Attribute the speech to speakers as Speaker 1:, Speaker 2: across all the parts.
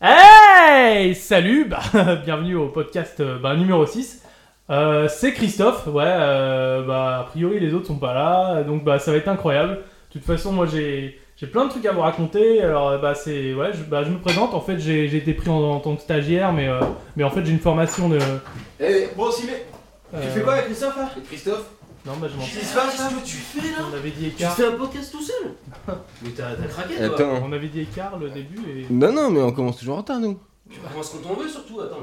Speaker 1: Hey Salut bah, Bienvenue au podcast euh, bah, numéro 6. Euh, c'est Christophe, ouais, euh, bah, a priori les autres sont pas là, donc bah, ça va être incroyable. De toute façon, moi j'ai, j'ai plein de trucs à vous raconter, alors bah, c'est, ouais, je, bah, je me présente, en fait j'ai, j'ai été pris en, en tant que stagiaire, mais, euh, mais en fait j'ai une formation de...
Speaker 2: Eh, bon, si, mais
Speaker 1: euh,
Speaker 2: tu fais quoi avec Christophe là Christophe
Speaker 1: Non, bah je m'en
Speaker 2: Qu'est-ce qui se passe là que tu fais
Speaker 1: On avait dit
Speaker 3: Tu te
Speaker 1: écart,
Speaker 3: fais un podcast tout seul Mais t'as t'as craqué toi
Speaker 4: Attends.
Speaker 1: on avait dit écart le début et...
Speaker 4: Non, non, mais on commence toujours en retard, nous.
Speaker 3: Tu commences quand on veut surtout, attends.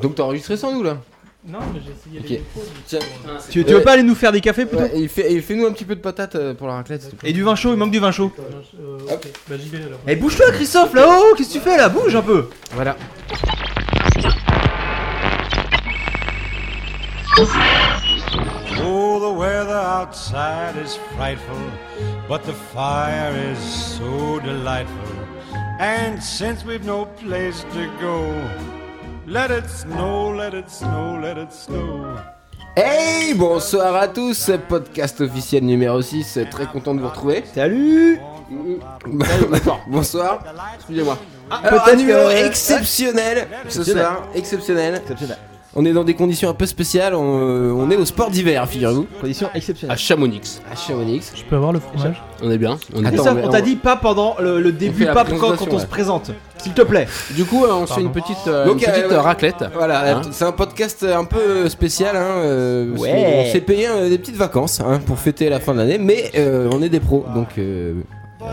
Speaker 4: Donc t'as enregistré sans nous, là
Speaker 1: Non, mais j'ai essayé les
Speaker 4: Ok.
Speaker 1: micros, du coup,
Speaker 4: Tiens.
Speaker 1: euh,
Speaker 3: Putain, c'est-
Speaker 5: Tu, tu veux pas aller nous faire des cafés plutôt
Speaker 4: Ouais, et fais- et fais-nous un petit peu de patate euh, pour la raclette, s'il te plaît.
Speaker 5: Et du vin chaud, il manque du vin chaud.
Speaker 1: euh, ok, bah j'y vais alors.
Speaker 5: Eh bouge-toi Christophe là-haut, qu'est-ce que tu fais là Bouge un peu
Speaker 4: Voilà.
Speaker 6: Oh, the weather outside is frightful, but the fire is so delightful. And since we've no place to go, let it snow, let it snow, let it snow.
Speaker 4: Hey, bonsoir à tous, podcast officiel numéro 6, très content de vous retrouver.
Speaker 5: Salut
Speaker 4: bonsoir. Excusez-moi. Alors, un
Speaker 5: peut-être
Speaker 4: numéro
Speaker 5: que-
Speaker 4: exceptionnel ce
Speaker 5: Exceptionnel.
Speaker 4: soir, exceptionnel. On est dans des conditions un peu spéciales, on, euh, on est au sport d'hiver, figurez-vous.
Speaker 5: Condition exceptionnelle.
Speaker 4: À Chamonix. À Chamonix.
Speaker 1: Je peux avoir le fromage
Speaker 4: On est bien. On est
Speaker 5: Attends,
Speaker 4: bien.
Speaker 5: Christophe, on t'a dit pas pendant le, le début,
Speaker 4: fait la
Speaker 5: pas quand, quand on
Speaker 4: présentation,
Speaker 5: se présente. S'il te plaît.
Speaker 4: Du coup, euh, on se fait
Speaker 1: Pardon.
Speaker 4: une petite, euh,
Speaker 2: Donc,
Speaker 4: une petite,
Speaker 2: euh,
Speaker 4: euh, raclette. Voilà,
Speaker 2: Hein
Speaker 4: c'est un podcast euh, un peu spécial. Hein, euh, parce
Speaker 5: Ouais.
Speaker 4: qu'on- On s'est payé euh, des petites vacances hein, pour fêter la fin de l'année, mais euh, on est des pros, donc euh,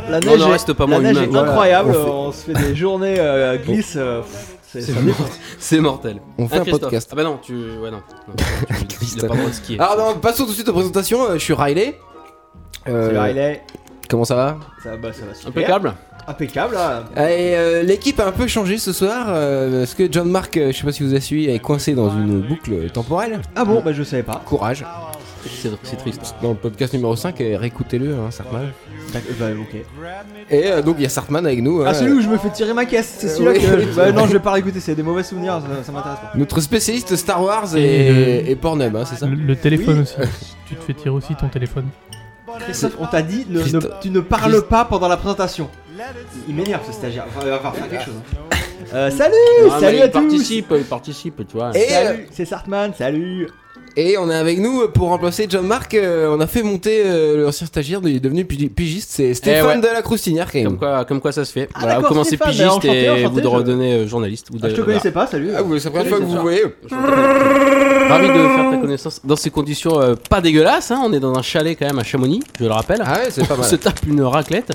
Speaker 5: La
Speaker 4: On
Speaker 5: neige,
Speaker 4: en
Speaker 5: est-
Speaker 4: reste pas
Speaker 5: la
Speaker 4: moins
Speaker 5: neige
Speaker 4: humain,
Speaker 5: est
Speaker 4: voilà.
Speaker 5: incroyable,
Speaker 4: On fait-
Speaker 5: on se fait des journées euh, glisses. euh, pff, c'est- ça défonce.
Speaker 7: C'est mortel.
Speaker 4: on fait
Speaker 7: Ah,
Speaker 4: un
Speaker 7: Christophe.
Speaker 4: podcast.
Speaker 7: Ah bah non, tu. Ouais, non. non tu- il a
Speaker 4: Christophe.
Speaker 7: pas le droit de
Speaker 5: Ah,
Speaker 7: skier.
Speaker 5: bah,
Speaker 4: Alors, non, passons tout de suite aux présentations. euh, je suis Riley. Euh,
Speaker 5: Salut, Riley.
Speaker 4: Comment ça va
Speaker 5: Ça, va- ça va super.
Speaker 7: Impeccable.
Speaker 5: Impeccable là.
Speaker 4: Et euh, l'équipe a un peu changé ce soir euh, parce que John Mark, euh, je sais pas si vous avez suivi, est coincé dans une boucle temporelle.
Speaker 5: Ah bon, bah je savais pas.
Speaker 4: Courage.
Speaker 7: C'est c'est triste.
Speaker 4: Dans le podcast numéro 5, euh, réécoutez-le, hein, Sartman.
Speaker 5: Bah, bah, ok.
Speaker 4: Et euh, donc il y a Sartman avec nous. hein.
Speaker 5: Ah, celui où je me fais tirer ma caisse, c'est celui-là
Speaker 4: oui.
Speaker 5: que. Bah, non, je vais pas réécouter, c'est des mauvais souvenirs, ça, ça m'intéresse pas.
Speaker 4: Notre spécialiste Star Wars et,
Speaker 1: Et
Speaker 4: et Pornhub, hein, c'est ça
Speaker 1: Le, le téléphone aussi.
Speaker 4: Euh,
Speaker 1: tu te fais tirer aussi ton téléphone.
Speaker 5: Christophe, on t'a dit, ne- ne-
Speaker 4: Christophe-
Speaker 5: tu ne parles
Speaker 4: Christ-
Speaker 5: pas pendant la présentation. Il m'énerve ce stagiaire, Enfin, il va falloir faire quelque chose. hein. Euh, salut,
Speaker 7: Ah, mais
Speaker 5: salut à
Speaker 7: il
Speaker 5: tous.
Speaker 7: participe, il participe, tu vois.
Speaker 4: Et, euh,
Speaker 5: Salut, c'est Sartman, salut. Ah,
Speaker 4: et on est avec nous pour remplacer John Mark. euh, on a fait monter euh, l'ancien stagiaire, il est devenu pigi- pigiste. C'est Stéphane
Speaker 7: Eh
Speaker 4: de la Croustinière quand
Speaker 7: Comme
Speaker 4: même.
Speaker 7: quoi, comme quoi ça se fait.
Speaker 5: Ah,
Speaker 7: voilà, vous
Speaker 5: d'accord,
Speaker 7: commencez
Speaker 5: Stéphane,
Speaker 7: pigiste
Speaker 5: enchanté,
Speaker 7: et
Speaker 5: enchanté,
Speaker 7: vous
Speaker 5: je-
Speaker 7: de redevenez euh, journaliste. Ou
Speaker 5: Ah, je te connaissais pas, salut.
Speaker 4: Ah, vous- c'est la première
Speaker 5: Salut,
Speaker 4: fois que vous
Speaker 5: Stéphane.
Speaker 4: vous voyez.
Speaker 7: voilà. Ravi de faire ta connaissance dans ces conditions euh, pas dégueulasses. hein. On est dans un chalet quand même à Chamonix, je le rappelle.
Speaker 4: Ah ouais, c'est pas
Speaker 7: on se
Speaker 4: mal.
Speaker 7: tape une raclette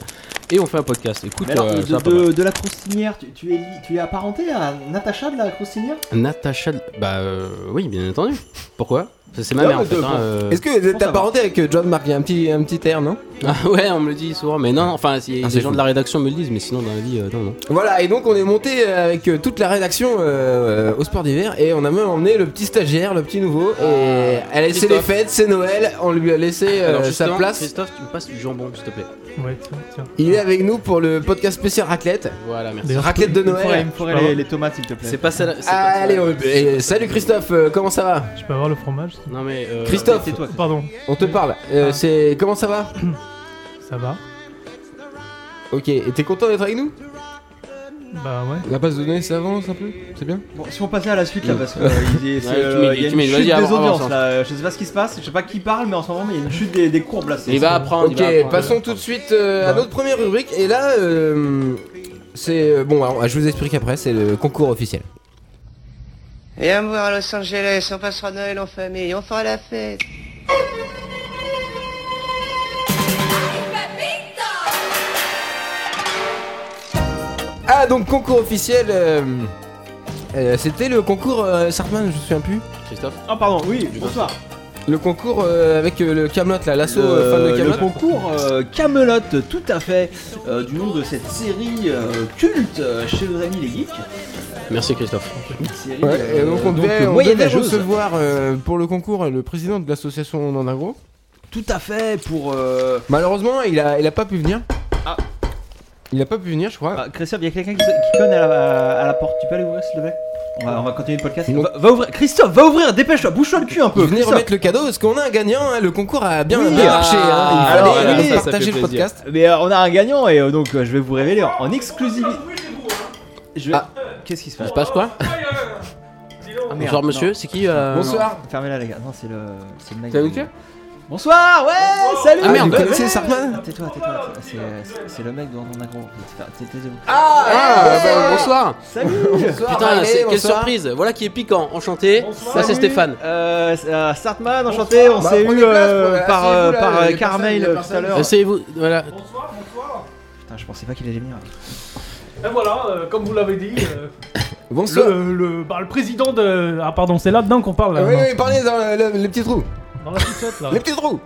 Speaker 7: et on fait un podcast. Écoute,
Speaker 5: Mais alors,
Speaker 7: euh,
Speaker 5: de,
Speaker 7: ça va pas
Speaker 5: de-
Speaker 7: mal.
Speaker 5: de la croustinière, tu, tu es, li- tu es apparenté à Natacha de la croustinière
Speaker 7: Natacha. Bah euh, oui, bien entendu. Pourquoi C'est ma
Speaker 5: Non,
Speaker 7: mère en
Speaker 5: mais de-
Speaker 7: fait. hein, euh,
Speaker 4: Est-ce que vous êtes
Speaker 5: Bon, ça
Speaker 4: apparenté avec euh, John Mark Il y a un petit, un petit air, non
Speaker 7: Ah ouais, on me le dit souvent, mais non, enfin, si,
Speaker 4: Ah, c'est
Speaker 7: les gens
Speaker 4: fou.
Speaker 7: de la rédaction me le disent, mais sinon, dans la vie, euh, non, non.
Speaker 4: Voilà, et donc on est monté avec euh, toute la rédaction euh, euh, au sport d'hiver et on a même emmené le petit stagiaire, le petit nouveau. Et elle a laissé les
Speaker 7: Christophe.
Speaker 4: fêtes, c'est Noël, on lui a laissé euh, sa
Speaker 7: justement,
Speaker 4: place.
Speaker 7: Christophe, tu me passes du jambon, s'il te plaît.
Speaker 1: Ouais, tiens, tiens.
Speaker 4: Il est avec nous pour le podcast spécial raclette.
Speaker 7: Voilà, merci.
Speaker 1: D'ailleurs,
Speaker 4: Raclette de
Speaker 5: Il me faudrait, il
Speaker 4: Noël.
Speaker 5: me faudrait
Speaker 1: Je peux
Speaker 5: les, les tomates, s'il te plaît.
Speaker 7: C'est pas ça. la- c'est pas ça.
Speaker 4: Allez, on- et salut Christophe, euh, comment ça va
Speaker 1: Je peux avoir le fromage s'il te
Speaker 7: Non, mais. euh,
Speaker 4: Christophe,
Speaker 5: C'est toi. Christophe.
Speaker 1: Pardon,
Speaker 4: on te parle. Euh,
Speaker 1: Ah.
Speaker 4: C'est comment ça va
Speaker 1: ça va
Speaker 4: Ok, et t'es content d'être avec nous
Speaker 1: Bah ouais.
Speaker 4: La base de données, ça avance un peu C'est bien.
Speaker 5: Bon, si on passait à la suite
Speaker 4: Mm.
Speaker 5: là, parce que euh, il y a- c'est,
Speaker 7: Ouais, tu
Speaker 5: euh,
Speaker 7: m'aides,
Speaker 5: il y a
Speaker 7: tu
Speaker 5: une
Speaker 7: m'aides,
Speaker 5: chute
Speaker 7: vas-y,
Speaker 5: des
Speaker 7: avance,
Speaker 5: audiences
Speaker 7: avance.
Speaker 5: là. euh, Je sais pas ce qui se passe, je sais pas qui parle, mais en ce moment, il y a une chute des, des courbes là. c'est-
Speaker 7: Il va
Speaker 5: c'est-
Speaker 7: apprendre. il
Speaker 4: Ok,
Speaker 7: va apprendre.
Speaker 4: passons tout de suite euh, à
Speaker 1: Bah.
Speaker 4: notre première rubrique. Et là, euh, c'est euh, bon. alors, je vous explique après. C'est le concours officiel.
Speaker 8: Viens me voir à Los Angeles, on passera Noël en famille, on fera la fête.
Speaker 4: Ah, donc concours officiel. euh, euh, C'était le concours euh, Sartman, je me souviens plus.
Speaker 7: Christophe.
Speaker 5: Oh, pardon, oui, bonsoir.
Speaker 4: Le concours euh, avec euh, le Camelot, là, l'assaut euh, fan de
Speaker 5: le, le
Speaker 4: Camelot.
Speaker 5: concours euh, Camelot, tout à fait, euh, du nom de cette série euh, culte euh, chez nos amis les geeks.
Speaker 7: Merci, Christophe.
Speaker 5: Une série,
Speaker 4: Ouais,
Speaker 5: euh,
Speaker 4: et donc on
Speaker 5: donc,
Speaker 4: devait,
Speaker 5: euh,
Speaker 4: on devait
Speaker 5: moyenâgeuse.
Speaker 4: recevoir euh, pour le concours le président de l'association Nandagro.
Speaker 5: Tout à fait pour. Euh...
Speaker 4: Malheureusement, il a, il a pas pu venir.
Speaker 5: Ah.
Speaker 4: Il a pas pu venir, je crois.
Speaker 5: ah, Christophe, il y a quelqu'un qui, se- qui conne à la, à la porte. Tu peux aller ouvrir s'il te plaît on va, on va continuer le podcast.
Speaker 4: Non.
Speaker 5: Va, va ouvrir, Christophe, va ouvrir, dépêche-toi, bouge-toi le cul un peu.
Speaker 4: Venez
Speaker 5: Christophe.
Speaker 4: remettre le cadeau parce qu'on a un gagnant. hein, Le concours a bien,
Speaker 5: Oui.
Speaker 4: bien marché. hein, il
Speaker 7: Ah,
Speaker 4: fallait,
Speaker 5: alors,
Speaker 4: euh,
Speaker 5: oui,
Speaker 7: ça, ça
Speaker 4: partagez
Speaker 7: fait
Speaker 4: le
Speaker 7: plaisir.
Speaker 4: podcast.
Speaker 5: Mais euh, on a un gagnant et euh, donc euh, je vais vous révéler en, en exclusivité. Je vais-
Speaker 4: Ah.
Speaker 5: Qu'est-ce qui se
Speaker 7: Il
Speaker 5: passe
Speaker 7: se passe quoi
Speaker 5: Ah, merde,
Speaker 7: Bonsoir
Speaker 5: non.
Speaker 7: monsieur, c'est qui euh,
Speaker 4: Bonsoir.
Speaker 5: Fermez-la les gars. Non, c'est le. C'est le mec.
Speaker 7: T'as
Speaker 5: du-
Speaker 7: vu que
Speaker 5: Bonsoir, ouais, salut.
Speaker 7: Ah, merde,
Speaker 5: ouais,
Speaker 4: vous connaissez
Speaker 5: ouais,
Speaker 4: Sartman
Speaker 5: ouais, Tais-toi, tais-toi. tais-toi. C'est- c'est- C'est le mec dans mon agro. Taisez-vous.
Speaker 4: Ah,
Speaker 7: Ah,
Speaker 4: ouais.
Speaker 7: bah, bonsoir
Speaker 5: Salut.
Speaker 4: Bonsoir,
Speaker 7: Putain,
Speaker 4: Riley,
Speaker 7: c'est- quelle
Speaker 4: bonsoir.
Speaker 7: surprise Voilà qui est piquant, enchanté. Ça, c'est
Speaker 5: Salut.
Speaker 7: Stéphane.
Speaker 5: Euh, c'est- euh, Sartman, enchanté. On
Speaker 4: Bah,
Speaker 5: s'est
Speaker 4: prenez
Speaker 5: eu
Speaker 4: place,
Speaker 5: euh,
Speaker 4: euh,
Speaker 5: par
Speaker 4: asseyez-vous,
Speaker 5: euh,
Speaker 4: là,
Speaker 5: par
Speaker 4: il y
Speaker 5: euh,
Speaker 4: a personne, il y
Speaker 5: Carmel
Speaker 4: a
Speaker 5: euh, tout
Speaker 4: personne.
Speaker 5: à l'heure.
Speaker 7: Essayez-vous. Voilà.
Speaker 1: Bonsoir, bonsoir.
Speaker 5: Putain, je pensais pas qu'il allait venir.
Speaker 7: Euh,
Speaker 1: Et voilà, euh, comme vous l'avez dit, euh,
Speaker 4: Bonsoir.
Speaker 1: le, le, bah, le président de. Ah, pardon, c'est là-dedans qu'on parle. là,
Speaker 4: Ah Oui,
Speaker 1: maintenant.
Speaker 4: oui, parlez dans le- le- les petits trous.
Speaker 1: Dans la sucette, là.
Speaker 4: Les petits trous.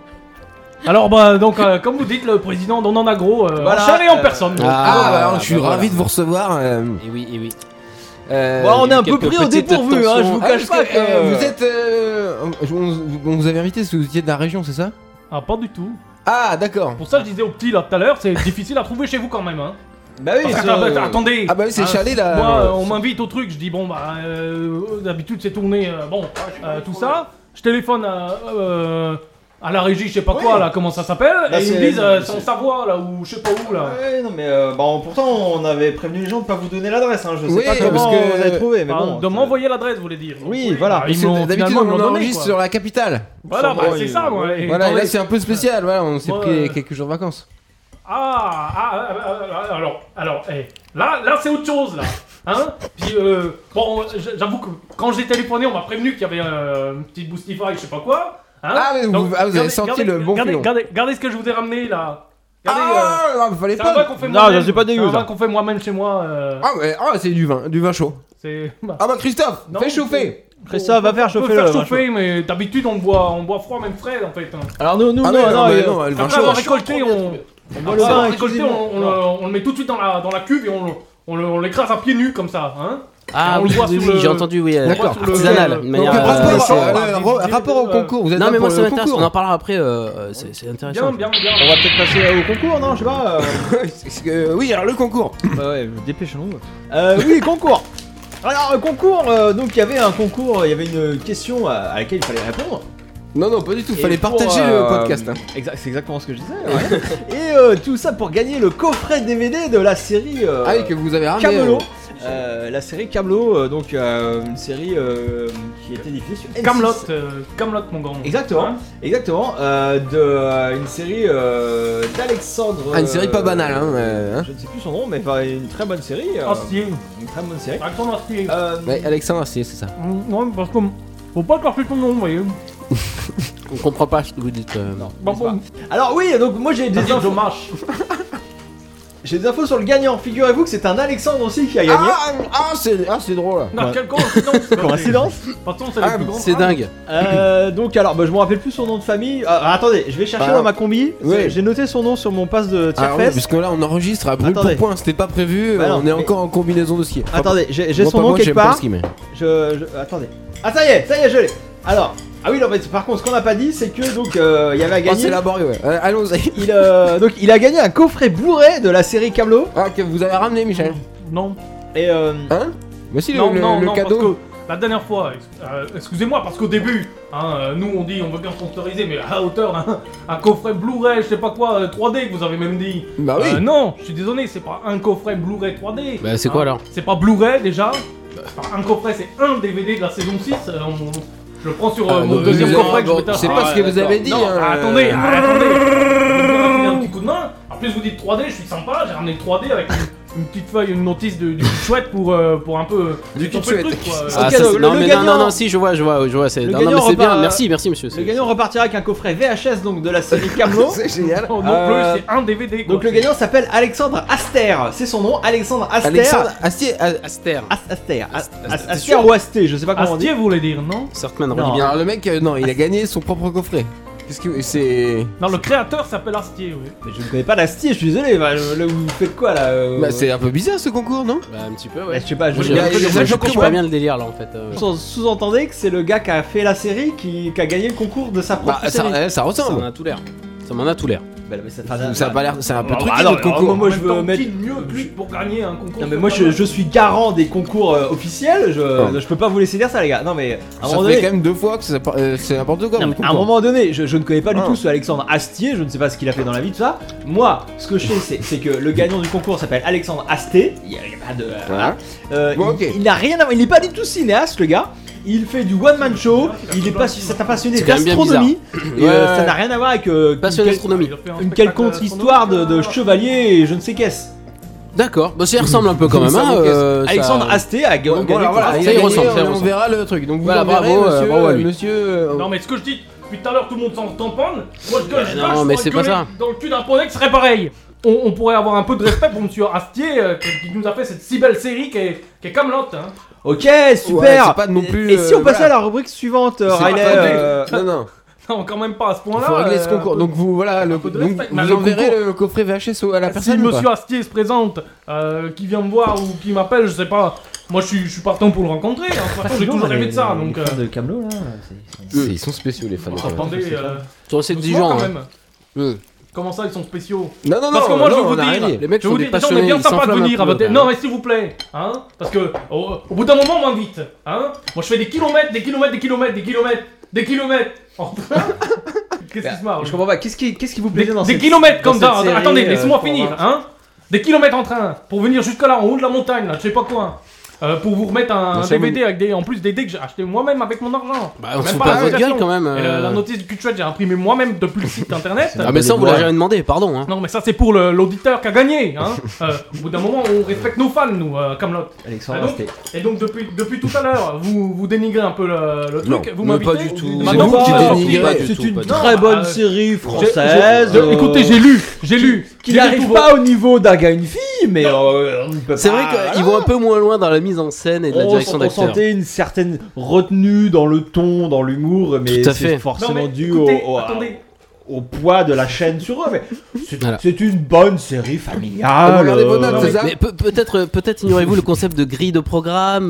Speaker 1: Alors, bah, donc, euh, comme vous dites, le président d'On en agro, euh,
Speaker 5: Voilà,
Speaker 1: en chalet en
Speaker 5: euh,
Speaker 1: personne.
Speaker 4: Ah, bah, alors, je suis
Speaker 7: bah, voilà.
Speaker 4: ravi de vous recevoir. euh,
Speaker 7: Et oui, et oui.
Speaker 4: euh,
Speaker 5: Bon, on est un
Speaker 7: quelques
Speaker 5: peu pris au
Speaker 7: petites
Speaker 5: dépourvu, hein, je vous
Speaker 4: ah,
Speaker 5: cache pas
Speaker 4: parce
Speaker 5: que.
Speaker 4: que, euh, Vous êtes. euh, je- on, on vous avait invité parce que vous étiez de la région, c'est ça
Speaker 1: Ah, pas du tout.
Speaker 4: Ah, d'accord.
Speaker 1: Pour ça, je disais au petit là tout à l'heure, c'est difficile à trouver chez vous quand même. Hein.
Speaker 5: Bah oui,
Speaker 1: Parce que,
Speaker 5: ils sont-
Speaker 1: ah, bah, attendez.
Speaker 4: Ah, bah oui, c'est chalet là.
Speaker 1: Moi, euh, on m'invite au truc, je dis bon, bah, euh, d'habitude, c'est tourné. euh, bon, euh, tout ça. Je téléphone à. euh, à la régie, je sais pas quoi, là, comment ça s'appelle,
Speaker 5: Bah,
Speaker 1: et ils me
Speaker 5: c'est-
Speaker 1: disent, euh,
Speaker 5: c'est-
Speaker 1: c'est en Savoie, là, ou je sais pas où, là.
Speaker 5: Ouais, non, mais euh, bah, on- pourtant, on avait prévenu les gens de pas vous donner l'adresse. Hein. Je sais
Speaker 4: Oui,
Speaker 5: pas comment
Speaker 4: parce que-
Speaker 5: vous avez trouvé, mais
Speaker 1: Enfin,
Speaker 5: bon.
Speaker 1: de
Speaker 5: ça-
Speaker 1: m'envoyer l'adresse, vous voulez dire.
Speaker 5: Oui, voilà.
Speaker 1: Ah,
Speaker 4: Parce
Speaker 1: ils
Speaker 4: que
Speaker 1: m'ont-
Speaker 4: D'habitude,
Speaker 1: finalement, ils m'ont
Speaker 4: on
Speaker 1: donné,
Speaker 4: enregiste
Speaker 1: quoi.
Speaker 4: sur la capitale.
Speaker 1: Voilà, bah,
Speaker 5: Ouais,
Speaker 1: c'est ça, moi. et
Speaker 4: Voilà, et
Speaker 1: attendez,
Speaker 4: là c'est un peu spécial, voilà, on s'est
Speaker 1: Moi,
Speaker 4: pris
Speaker 1: euh,
Speaker 4: quelques jours de vacances.
Speaker 1: Ah, ah, ah, ah, ah, alors, alors, eh, là, là, c'est autre chose, là. Hein Puis, euh, bon, j'avoue que quand j'ai téléphoné, on m'a prévenu qu'il y avait euh, une petite boostify, je sais pas quoi. Hein
Speaker 4: Ah, mais vous- ah, vous avez senti le bon
Speaker 1: regardez,
Speaker 4: filon.
Speaker 1: regardez, regardez ce que je vous ai ramené, là. Regardez, euh,
Speaker 4: Ah, ah, fallait
Speaker 1: c'est un vin
Speaker 4: pas.
Speaker 1: qu'on fait
Speaker 5: Non,
Speaker 1: moi-même.
Speaker 5: c'est pas dégueu,
Speaker 1: C'est un vin
Speaker 5: ça.
Speaker 1: qu'on fait moi-même chez moi. euh,
Speaker 4: Ah, ouais, ah, c'est du vin, du vin chaud.
Speaker 1: c'est... bah,
Speaker 4: Ah bah Christophe,
Speaker 1: Non,
Speaker 4: fais
Speaker 1: mais-
Speaker 4: chauffer.
Speaker 5: Christophe, va faire
Speaker 1: on peut
Speaker 5: chauffer
Speaker 1: faire
Speaker 5: le.
Speaker 1: chauffer, mais d'habitude, on boit, on boit froid, même frais, en fait. hein.
Speaker 5: Alors, nous, nous,
Speaker 4: ah
Speaker 5: non, euh,
Speaker 4: ouais,
Speaker 5: non,
Speaker 4: bah
Speaker 5: il-
Speaker 4: non, le vin
Speaker 1: Après
Speaker 4: chaud.
Speaker 1: avoir récolté, on...
Speaker 5: on boit
Speaker 1: Après
Speaker 5: hein, le
Speaker 1: avoir
Speaker 5: vin
Speaker 1: Ah, récolté,
Speaker 5: exclusivement.
Speaker 1: on, on le- on le met tout de suite dans la, dans la cuve et on le- on le- on l'écrase à pieds nus, comme ça, hein
Speaker 7: Ah
Speaker 1: on le
Speaker 7: oui,
Speaker 1: voit
Speaker 7: oui,
Speaker 1: sur
Speaker 7: oui,
Speaker 1: le-
Speaker 7: j'ai entendu, oui. euh,
Speaker 4: D'accord.
Speaker 7: Artisanal,
Speaker 1: Donc,
Speaker 7: de
Speaker 1: euh,
Speaker 7: manière.
Speaker 1: donc,
Speaker 4: Après,
Speaker 7: euh,
Speaker 1: euh,
Speaker 4: rapport,
Speaker 7: c'est-
Speaker 1: euh,
Speaker 4: euh, re- rapport au concours, vous êtes
Speaker 7: Non,
Speaker 4: là
Speaker 7: mais
Speaker 4: pour
Speaker 7: moi ça
Speaker 4: le
Speaker 7: m'intéresse,
Speaker 4: concours
Speaker 7: on en parlera après, euh, euh, c'est c'est
Speaker 1: Bien,
Speaker 7: intéressant.
Speaker 1: bien,
Speaker 5: On
Speaker 1: bien.
Speaker 5: va peut-être passer au concours, non Je sais pas. euh.
Speaker 4: Parce que- euh, Oui, alors le concours.
Speaker 5: bah ouais, dépêchons-nous. Euh, oui, concours Alors, euh, concours, euh, donc il y avait un concours, il y avait une question à, à laquelle il fallait répondre.
Speaker 4: Non, non, pas du tout,
Speaker 5: Il
Speaker 4: fallait partager
Speaker 5: euh,
Speaker 4: le podcast. hein.
Speaker 5: c'est exactement ce que je disais. ouais. et euh, tout ça pour gagner le coffret DVD de la série. euh,
Speaker 4: Ah oui, que vous avez ramené.
Speaker 5: Camelot,
Speaker 4: euh,
Speaker 5: Euh, la série Camelot, euh, donc euh, une série euh, qui était diffusée sur M6.
Speaker 1: Camelot, euh, Camelot, mon grand.
Speaker 5: Exactement.
Speaker 1: Hein
Speaker 5: Exactement, euh, de euh, une série euh, d'Alexandre.
Speaker 4: Ah, une
Speaker 5: euh,
Speaker 4: série pas banale, hein, euh, hein.
Speaker 5: Je ne sais plus son nom, mais enfin, une très bonne série. euh,
Speaker 1: Astier,
Speaker 5: une très bonne série.
Speaker 1: Alexandre Astier.
Speaker 5: Euh,
Speaker 4: Ouais, Alexandre, c'est c'est ça.
Speaker 1: Mm, Non, parce que faut pas corcher ton nom, vous voyez.
Speaker 7: On comprend pas ce que vous dites. euh.
Speaker 5: non,
Speaker 1: Bon,
Speaker 5: n'est-ce pas.
Speaker 1: bon,
Speaker 5: Alors oui, donc moi j'ai des,
Speaker 1: des
Speaker 5: infos-
Speaker 1: dommage.
Speaker 5: j'ai des infos sur le gagnant. Figurez-vous que c'est un Alexandre aussi qui a gagné.
Speaker 4: Ah, ah, c'est ah, c'est drôle.
Speaker 1: Non, quelle coïncidence.
Speaker 5: Coïncidence
Speaker 1: Pourtant, c'est
Speaker 4: Ah,
Speaker 1: le plus grand.
Speaker 7: C'est dingue.
Speaker 5: Euh, donc alors, bah, je me rappelle plus son nom de famille. Ah, attendez, je vais chercher
Speaker 4: Bah,
Speaker 5: dans ma combi.
Speaker 4: ouais.
Speaker 5: J'ai noté son nom sur mon pass de
Speaker 4: Ah, oui,
Speaker 5: tire-fesse.
Speaker 4: parce que là on enregistre à brûle pour
Speaker 5: Attendez.
Speaker 4: point, c'était pas prévu,
Speaker 5: Bah non,
Speaker 4: on est
Speaker 5: mais-
Speaker 4: encore en combinaison de ski. Enfin,
Speaker 5: Attendez, j'ai j'ai
Speaker 4: moi,
Speaker 5: son
Speaker 4: pas
Speaker 5: nom
Speaker 4: moi,
Speaker 5: quelque
Speaker 4: j'aime pas le
Speaker 5: part.
Speaker 4: ski, mais-
Speaker 5: Je, je- Attendez. Ah ça y est, ça y est, je l'ai. Alors, ah oui, non, mais par contre, ce qu'on n'a pas dit, c'est que donc euh, il y avait à
Speaker 4: Ah, c'est
Speaker 5: gagner.
Speaker 4: laborieux, ouais. Euh, Allons-y.
Speaker 5: il, euh, donc il a gagné un coffret bourré de la série Camelot.
Speaker 4: Ah, que vous avez ramené, Michel.
Speaker 1: Non,
Speaker 5: Et euh,
Speaker 4: Hein Voici le,
Speaker 1: non,
Speaker 4: le-
Speaker 1: non,
Speaker 4: le
Speaker 1: non,
Speaker 4: cadeau.
Speaker 1: parce que la dernière fois, ex- euh, excusez-moi, parce qu'au début, hein, euh, nous on dit on veut bien sponsoriser, mais à hauteur, hein, un coffret Blu-ray, je sais pas quoi, euh, 3D que vous avez même dit.
Speaker 4: Bah oui.
Speaker 1: Euh, non, je suis désolé, c'est pas un coffret Blu-ray 3D.
Speaker 7: Bah, c'est quoi, alors
Speaker 1: C'est pas Blu-ray déjà. C'est pas un coffret, c'est un DVD de la saison 6. euh, on- on- je le prends sur euh,
Speaker 4: Ah,
Speaker 1: mon
Speaker 4: non,
Speaker 1: deuxième
Speaker 4: vous-
Speaker 1: coffret que je
Speaker 4: bon,
Speaker 1: vais t'acheter.
Speaker 4: C'est pas
Speaker 5: Ah,
Speaker 4: ce que vous
Speaker 5: d'accord.
Speaker 4: avez dit.
Speaker 1: Non,
Speaker 4: hein.
Speaker 1: attendez,
Speaker 5: euh,
Speaker 1: attendez. Je vais vous donner un petit coup de main. En plus, vous dites 3D, je suis sympa. J'ai ramené le 3D avec une, une petite feuille, une notice de, du cul chouette pour, euh, pour un peu.
Speaker 4: Du cul
Speaker 1: étoffer le
Speaker 4: chouette.
Speaker 1: truc, quoi.
Speaker 5: Ah,
Speaker 7: Ah,
Speaker 5: Ok,
Speaker 7: ça,
Speaker 5: donc,
Speaker 7: c'est-
Speaker 5: le-
Speaker 7: non,
Speaker 5: le
Speaker 7: mais non,
Speaker 5: gagnant-
Speaker 7: non, non, si, je vois, je vois, je vois. c'est-
Speaker 5: Le
Speaker 7: Non, non, mais
Speaker 5: gagnant
Speaker 7: c'est bien,
Speaker 5: repart, euh,
Speaker 7: merci, merci, monsieur.
Speaker 5: le
Speaker 7: c'est-
Speaker 5: gagnant repartira avec un coffret VHS donc de la série Camelot.
Speaker 4: Oh, C'est génial.
Speaker 1: Non, non
Speaker 5: Euh,
Speaker 1: plus, c'est un DVD. Quoi.
Speaker 5: donc le gagnant s'appelle Alexandre Aster. C'est son nom, Alexandre Aster.
Speaker 4: Alexandre Astier. ah,
Speaker 7: Aster.
Speaker 5: As- Aster. As- As-
Speaker 7: Aster,
Speaker 5: Aster ou Aster, je sais pas comment on dit.
Speaker 1: Astier voulait dire, non
Speaker 7: Sartman,
Speaker 5: Non.
Speaker 7: redis bien.
Speaker 4: Alors le mec, euh, non, il a gagné son propre coffret. Qu'est-ce que c'est
Speaker 1: Non, le créateur s'appelle Astier, oui.
Speaker 5: Mais je ne connais pas l'Astier, je suis désolé. bah, je- là, vous faites quoi là euh,
Speaker 4: Bah, c'est un peu bizarre ce concours, non
Speaker 7: Bah, un petit peu,
Speaker 5: bah,
Speaker 7: ouais.
Speaker 5: Je sais pas, je
Speaker 7: Moi,
Speaker 4: il y
Speaker 7: j'ai-
Speaker 4: a-
Speaker 7: moi,
Speaker 4: il y a-
Speaker 7: j'ai- moi, Je
Speaker 4: il y a-
Speaker 7: comprends pas bien le délire, là, en fait. euh.
Speaker 5: Sous- Sous-entendez que c'est le gars qui a fait la série qui, qui a gagné le concours de sa propre
Speaker 4: Bah, ça,
Speaker 5: série.
Speaker 4: eh, ça
Speaker 7: Ça en
Speaker 4: ressemble.
Speaker 7: a tout l'air. Ça m'en a tout l'air.
Speaker 5: Bah, mais ça
Speaker 4: Ça a pas l'air, c'est un peu
Speaker 5: Ah,
Speaker 4: truqué
Speaker 5: bah, non,
Speaker 4: notre
Speaker 5: mais
Speaker 4: concours.
Speaker 5: vraiment, moi,
Speaker 1: En
Speaker 5: je
Speaker 1: même
Speaker 5: veux
Speaker 1: temps,
Speaker 5: mettre-
Speaker 1: Qui de mieux que lui pour gagner un concours
Speaker 5: Non mais moi je, je suis garant des concours euh, officiels, je,
Speaker 4: Non.
Speaker 5: je peux pas vous laisser dire ça les gars. Non mais à un
Speaker 4: Ah. Ça fait
Speaker 5: moment donné,
Speaker 4: quand même deux fois que ça par- euh, c'est n'importe quoi.
Speaker 5: Non,
Speaker 4: mon
Speaker 5: mais à un
Speaker 4: concours.
Speaker 5: moment donné, je, je ne connais pas du
Speaker 4: Ah.
Speaker 5: tout ce Alexandre Astier, je ne sais pas ce qu'il a fait dans la vie, tout ça. Moi, ce que je sais, c'est- c'est que le gagnant du concours s'appelle Alexandre Astier. Il y a, il y a pas de.
Speaker 4: Voilà.
Speaker 5: Euh,
Speaker 4: Bon,
Speaker 5: il-
Speaker 4: ok.
Speaker 5: Il n'a rien à voir, il n'est pas du tout cinéaste, le gars. Il fait du one man show, il est pas, c'est un passionné
Speaker 7: C'est quand même bien
Speaker 5: d'astronomie. et,
Speaker 7: Ouais,
Speaker 5: euh,
Speaker 7: ouais.
Speaker 5: ça n'a rien à voir avec euh,
Speaker 7: Passionné
Speaker 5: une quel-
Speaker 7: d'astronomie.
Speaker 5: une quelconque histoire de,
Speaker 1: euh,
Speaker 5: de chevalier et je ne sais qu'est-ce.
Speaker 7: D'accord, bah, ça y ressemble un peu quand même.
Speaker 4: Ça
Speaker 7: hein,
Speaker 4: vous casse.
Speaker 7: euh, ça-
Speaker 5: Alexandre Astier a
Speaker 4: Bon,
Speaker 5: gagné.
Speaker 4: bon, alors, voilà,
Speaker 7: ça,
Speaker 4: il
Speaker 7: il
Speaker 4: a gagné,
Speaker 7: ressemble, ça, il
Speaker 4: on
Speaker 7: ressemble.
Speaker 4: verra le truc. Donc vous
Speaker 7: Voilà,
Speaker 4: en verrez,
Speaker 7: bravo, euh,
Speaker 4: monsieur,
Speaker 7: bravo à lui.
Speaker 4: Monsieur, euh,
Speaker 1: Non mais ce que je dis depuis tout à l'heure tout le monde s'en tampane, moi ce
Speaker 4: Bah
Speaker 1: que je
Speaker 7: non,
Speaker 1: veux,
Speaker 7: mais
Speaker 1: je
Speaker 7: c'est pas
Speaker 1: pourrais
Speaker 7: ça.
Speaker 1: gueuler dans le cul d'un poney qui serait pareil. On, on pourrait avoir un peu de respect pour monsieur Astier euh, qui, qui nous a fait cette si belle série qui est, qui est camelante, hein.
Speaker 5: Ok,
Speaker 4: Ouais,
Speaker 5: super.
Speaker 4: c'est pas non plus.
Speaker 5: et si on
Speaker 4: euh,
Speaker 5: passait
Speaker 4: voilà.
Speaker 5: à la rubrique suivante, euh,
Speaker 4: C'est
Speaker 5: Riley
Speaker 4: pas-
Speaker 5: euh,
Speaker 4: Non, non.
Speaker 1: Non quand même pas à ce euh,
Speaker 4: Il
Speaker 1: point là.
Speaker 4: faut régler ce concours. Donc vous voilà, le,
Speaker 1: peu de
Speaker 4: donc,
Speaker 1: respect. Mais
Speaker 4: vous
Speaker 1: le
Speaker 4: enverrez le coffret VHS au- à la personne.
Speaker 1: si
Speaker 4: ou pas
Speaker 1: monsieur Astier se présente, euh, qui vient me voir ou qui m'appelle, je sais pas, moi je suis, je suis partant pour le rencontrer, hein. De toute façon, j'ai toujours rêvé de ça donc... euh,
Speaker 5: de Camelot là. c'est-
Speaker 4: C'est- Ils sont spéciaux les fans. de Camelot.
Speaker 1: Attendez, euh,
Speaker 7: Ils sont assez
Speaker 1: doucement,
Speaker 7: exigeants.
Speaker 1: quand
Speaker 7: hein.
Speaker 1: même.
Speaker 4: Euh.
Speaker 1: Comment ça ils sont spéciaux
Speaker 4: Non, non, non.
Speaker 1: Parce que moi,
Speaker 4: non,
Speaker 1: je veux
Speaker 4: on
Speaker 1: vous
Speaker 4: a
Speaker 1: dire,
Speaker 4: rien dit.
Speaker 7: Les mecs
Speaker 1: Je
Speaker 7: sont
Speaker 1: vous
Speaker 7: des
Speaker 1: dis, déjà on est
Speaker 7: passionnés,
Speaker 1: bien
Speaker 7: ils
Speaker 1: sympa de
Speaker 7: s'enflamment un
Speaker 1: venir à
Speaker 7: peu,
Speaker 1: votre...
Speaker 7: là.
Speaker 1: Non mais s'il vous plaît, hein Parce que au, au bout d'un moment on m'invite, hein Moi je fais des kilomètres, des kilomètres, des kilomètres, des kilomètres, des kilomètres en train Qu'est-ce qui se marre
Speaker 5: Bah, Je comprends pas. Qu'est-ce qui, qu'est-ce qui vous
Speaker 1: Des,
Speaker 5: plaisait dans
Speaker 1: des
Speaker 5: cette
Speaker 1: kilomètres comme
Speaker 5: dans
Speaker 1: ça,
Speaker 5: cette série,
Speaker 1: attendez,
Speaker 5: euh,
Speaker 1: laissez-moi
Speaker 5: pour
Speaker 1: finir,
Speaker 5: voir.
Speaker 1: hein Des kilomètres en train pour venir jusqu'à là en haut de la montagne, là, je sais pas quoi Euh, pour vous remettre un
Speaker 4: Non, c'est
Speaker 1: DVD avec des, en plus des dés que j'ai acheté moi-même avec mon argent.
Speaker 7: Bah, on
Speaker 1: Même
Speaker 7: se fout
Speaker 1: pas
Speaker 7: pas
Speaker 1: la
Speaker 7: de votre
Speaker 1: notation.
Speaker 7: gueule quand même.
Speaker 1: Et la, la
Speaker 7: euh.
Speaker 1: notice du cul de chouette, j'ai imprimé moi-même depuis le site internet.
Speaker 7: Ah, mais ça, on vous l'a jamais demandé, pardon. hein.
Speaker 1: Non, mais ça, c'est pour le- l'auditeur qui a gagné. Hein. Euh, au bout d'un moment, on respecte nos fans, nous, euh, Kaamelott.
Speaker 5: Alexandre,
Speaker 1: Allô
Speaker 5: c'était-
Speaker 1: Et donc, ah, depuis, depuis tout à l'heure, vous, vous dénigrez un peu le, le truc.
Speaker 4: Non,
Speaker 1: vous
Speaker 7: mais
Speaker 1: m'invitez.
Speaker 7: pas du tout.
Speaker 1: Maintenant,
Speaker 4: vous qui
Speaker 1: euh, sortez-
Speaker 4: dénigrez. pas
Speaker 7: du
Speaker 5: C'est
Speaker 7: tout,
Speaker 5: une
Speaker 7: pas du
Speaker 5: très
Speaker 1: tout.
Speaker 5: bonne
Speaker 1: Ah,
Speaker 5: série
Speaker 1: j'ai-
Speaker 5: euh, française.
Speaker 1: je- euh, écoutez, j'ai lu, j'ai lu.
Speaker 5: Qui
Speaker 1: J'ai lu
Speaker 5: n'arrive
Speaker 1: tout
Speaker 5: pas au niveau d'un gars et une fille, mais euh, on ne peut
Speaker 7: C'est
Speaker 5: pas-
Speaker 7: vrai qu'ils vont un peu moins loin dans la mise en scène et de la
Speaker 5: On-
Speaker 7: direction
Speaker 5: on
Speaker 7: d'acteur.
Speaker 5: sentait une certaine retenue dans le ton, dans l'humour, mais
Speaker 7: Tout à fait.
Speaker 5: c'est
Speaker 1: Non,
Speaker 5: forcément
Speaker 1: mais
Speaker 5: dû
Speaker 1: écoutez,
Speaker 5: au, au-
Speaker 1: attendez.
Speaker 5: au poids de la chaîne sur eux. Mais c'est
Speaker 7: Voilà.
Speaker 5: c'est une bonne série
Speaker 4: On
Speaker 5: familiale.
Speaker 4: regarde les bonhommes,
Speaker 5: euh,
Speaker 4: c'est ça
Speaker 7: Mais peut- peut-être peut ignorez-vous le concept de grille de programme,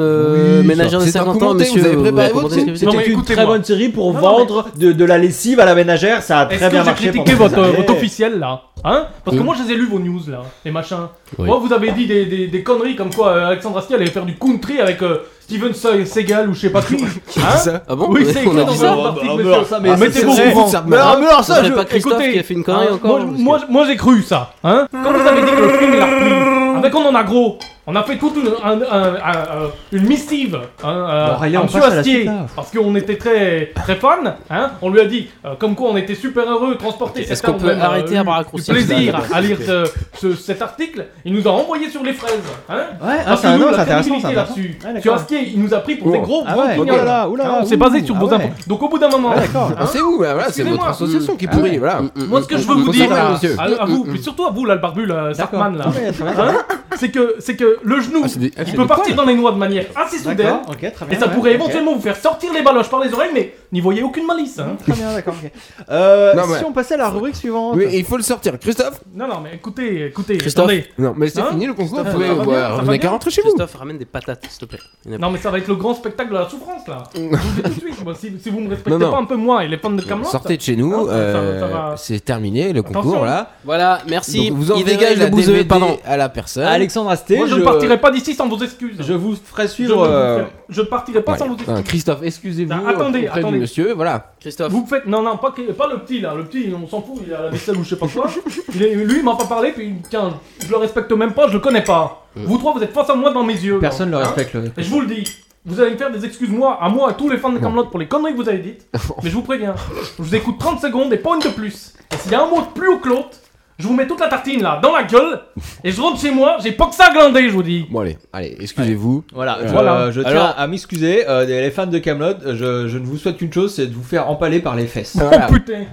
Speaker 5: Oui,
Speaker 7: euh,
Speaker 5: ça-
Speaker 7: ménagère de
Speaker 4: c'est un
Speaker 7: 50 ans,
Speaker 4: commenté,
Speaker 7: monsieur.
Speaker 4: vous avez préparé
Speaker 7: vous
Speaker 4: votre
Speaker 7: racontez ce que
Speaker 1: Non, mais
Speaker 5: C'était une très
Speaker 1: écoutez-moi.
Speaker 5: bonne série
Speaker 1: Non,
Speaker 5: pour
Speaker 1: non,
Speaker 5: vendre de, de la lessive à la ménagère, ça a
Speaker 1: Est-ce
Speaker 5: très
Speaker 1: que
Speaker 5: bien
Speaker 1: j'ai
Speaker 5: marché.
Speaker 1: critiqué
Speaker 5: pendant
Speaker 1: votre,
Speaker 5: des années.
Speaker 1: votre officiel là Hein Parce que
Speaker 7: Oui.
Speaker 1: moi je les ai lus vos news là, les machins.
Speaker 7: Oui.
Speaker 1: Moi vous avez dit des, des- des conneries comme quoi euh, Alexandre Astier allait faire du country avec euh, Steven Se- Seagal ou je sais pas qui. Hein
Speaker 4: ça
Speaker 7: Ah bon
Speaker 1: Oui, c'est
Speaker 7: On
Speaker 1: écrit
Speaker 7: a
Speaker 1: dans
Speaker 7: dit ça
Speaker 1: un article,
Speaker 5: Ah, mais
Speaker 1: monsieur.
Speaker 5: alors ça, mais
Speaker 1: Ah,
Speaker 5: c'est-
Speaker 1: mettez-vous
Speaker 5: c'est- Bah,
Speaker 1: au courant.
Speaker 4: ça
Speaker 5: Mais alors, mais alors,
Speaker 7: Vous
Speaker 5: ça,
Speaker 7: n'avez
Speaker 5: je-
Speaker 7: pas Christophe
Speaker 1: Ah, écoutez,
Speaker 7: qui a fait une connerie
Speaker 1: hein,
Speaker 7: encore
Speaker 1: moi,
Speaker 7: parce que-
Speaker 1: moi, moi, j'ai cru ça. Hein Quand vous avez dit que le film l'a repris, avec on en a gros, on a fait toute une, un- un- un- une missive hein, euh,
Speaker 5: Bon, Riley,
Speaker 1: à
Speaker 5: on
Speaker 1: Monsieur
Speaker 5: passe à la
Speaker 1: Astier,
Speaker 5: suite, là.
Speaker 1: parce qu'on était très très fan. Hein on lui a dit euh, comme quoi on était super heureux de transporter
Speaker 7: Ok,
Speaker 1: cette
Speaker 7: est-ce qu'on
Speaker 1: arme,
Speaker 7: peut
Speaker 1: on a
Speaker 7: arrêter
Speaker 1: eu
Speaker 7: à bras raccourcis,
Speaker 1: Du plaisir à lire ce- ce- cet article. Il nous a envoyé sur les fraises. Hein
Speaker 5: Ouais, ah,
Speaker 1: Parce
Speaker 5: c'est
Speaker 1: que
Speaker 5: un-
Speaker 1: nous,
Speaker 5: non,
Speaker 1: la
Speaker 5: c'est intéressant,
Speaker 1: crédibilité
Speaker 5: ça.
Speaker 1: là-dessus.
Speaker 5: Ah, d'accord.
Speaker 1: Sur Astier, il nous a pris pour
Speaker 4: Oh.
Speaker 1: des gros
Speaker 5: Ah
Speaker 1: gros
Speaker 5: ouais,
Speaker 1: guignols.
Speaker 5: oh là là, oh là
Speaker 1: Hein,
Speaker 5: là,
Speaker 1: on s'est
Speaker 5: ouh,
Speaker 1: basé sur vos
Speaker 5: ah ouais.
Speaker 1: infos. Donc au bout d'un moment,
Speaker 5: Ah, d'accord.
Speaker 1: hein,
Speaker 4: C'est où là Voilà, c'est votre
Speaker 1: Excusez-moi.
Speaker 4: association qui
Speaker 5: Ah
Speaker 4: pourrit.
Speaker 5: ouais.
Speaker 4: Voilà.
Speaker 1: moi, ce que je veux vous
Speaker 4: Faut
Speaker 1: dire,
Speaker 4: savoir,
Speaker 1: à,
Speaker 4: monsieur.
Speaker 1: à vous, mais surtout à vous, là, le barbu, là,
Speaker 5: D'accord.
Speaker 1: Sarkman, là,
Speaker 5: Ah ouais, très bien.
Speaker 1: hein, c'est que, c'est que le genou,
Speaker 4: Ah, c'est des- ah,
Speaker 1: il
Speaker 4: c'est
Speaker 1: peut
Speaker 4: des
Speaker 1: partir dans les noix de manière assez soudaine,
Speaker 5: D'accord, ok, très
Speaker 1: et
Speaker 5: bien.
Speaker 1: ça
Speaker 5: ouais,
Speaker 1: pourrait
Speaker 5: ok.
Speaker 1: éventuellement vous faire sortir les baloches par les oreilles, mais n'y voyez aucune malice. Hein.
Speaker 5: Très bien, d'accord. ok. Euh,
Speaker 4: Non, mais-
Speaker 5: Si on passait à la rubrique suivante.
Speaker 4: Oui, il faut le sortir. Christophe
Speaker 1: Non, non, mais écoutez, écoutez,
Speaker 7: Christophe.
Speaker 1: attendez.
Speaker 4: Non, mais c'est
Speaker 1: Hein
Speaker 4: fini le concours. Vous
Speaker 1: Christophe,
Speaker 4: pouvez
Speaker 1: ça va bien, ça
Speaker 4: euh,
Speaker 1: va
Speaker 4: revenez
Speaker 1: bien.
Speaker 4: qu'à rentrer chez vous.
Speaker 7: Christophe, ramène des patates, s'il te plaît. Il y en a
Speaker 1: Non, mais ça va être le grand spectacle de la souffrance, là. Je vous le dis tout de suite, moi, si, si vous me respectez
Speaker 4: Non, non.
Speaker 1: pas un peu moins et les fans de Camelot,
Speaker 4: Sortez de chez nous.
Speaker 1: ça- ça- ça
Speaker 4: euh,
Speaker 1: va.
Speaker 4: C'est terminé le
Speaker 1: Attention.
Speaker 4: concours là.
Speaker 7: pas. Voilà, merci.
Speaker 4: Donc, vous
Speaker 7: il
Speaker 4: enverrez
Speaker 7: dégage le
Speaker 4: la
Speaker 7: bouseux,
Speaker 4: DVD
Speaker 7: pardon.
Speaker 4: à la personne.
Speaker 5: Alexandre Asté,
Speaker 1: moi, je
Speaker 5: je
Speaker 1: ne partirai pas d'ici sans vos excuses.
Speaker 5: Je vous ferai
Speaker 1: Je ne
Speaker 5: suivre. euh,
Speaker 1: je ne partirai pas
Speaker 4: Ouais.
Speaker 1: sans vos excuses.
Speaker 4: Enfin, Christophe, excusez-vous.
Speaker 1: Ah, attendez,
Speaker 4: auprès du
Speaker 1: attendez.
Speaker 4: Monsieur, voilà.
Speaker 7: Christophe.
Speaker 1: Vous faites non non pas que- pas le petit là le petit on s'en fout il a la vaisselle ou je sais pas quoi il est, lui il m'a pas parlé puis tiens je le respecte même pas je le connais pas
Speaker 4: Euh.
Speaker 1: vous trois vous êtes face à moi dans mes yeux
Speaker 5: Personne ne le
Speaker 1: Hein
Speaker 5: respecte. le-
Speaker 1: et je vous le dis vous allez me faire des excuses moi à moi à tous les fans de Camelot pour les conneries que vous avez dites mais je vous préviens je vous écoute 30 secondes et pas une de plus et s'il y a un mot de plus au Claude je vous mets toute la tartine là dans la gueule et je rentre chez moi j'ai pas que ça à glander je vous dis
Speaker 4: Bon, allez, allez, excusez-vous.
Speaker 5: Voilà, je,
Speaker 1: Voilà.
Speaker 5: je tiens
Speaker 7: Alors-
Speaker 5: à m'excuser. euh, les fans de Camelot, je, je ne vous souhaite qu'une chose, c'est de vous faire empaler par les fesses.
Speaker 4: Voilà.
Speaker 1: oh putain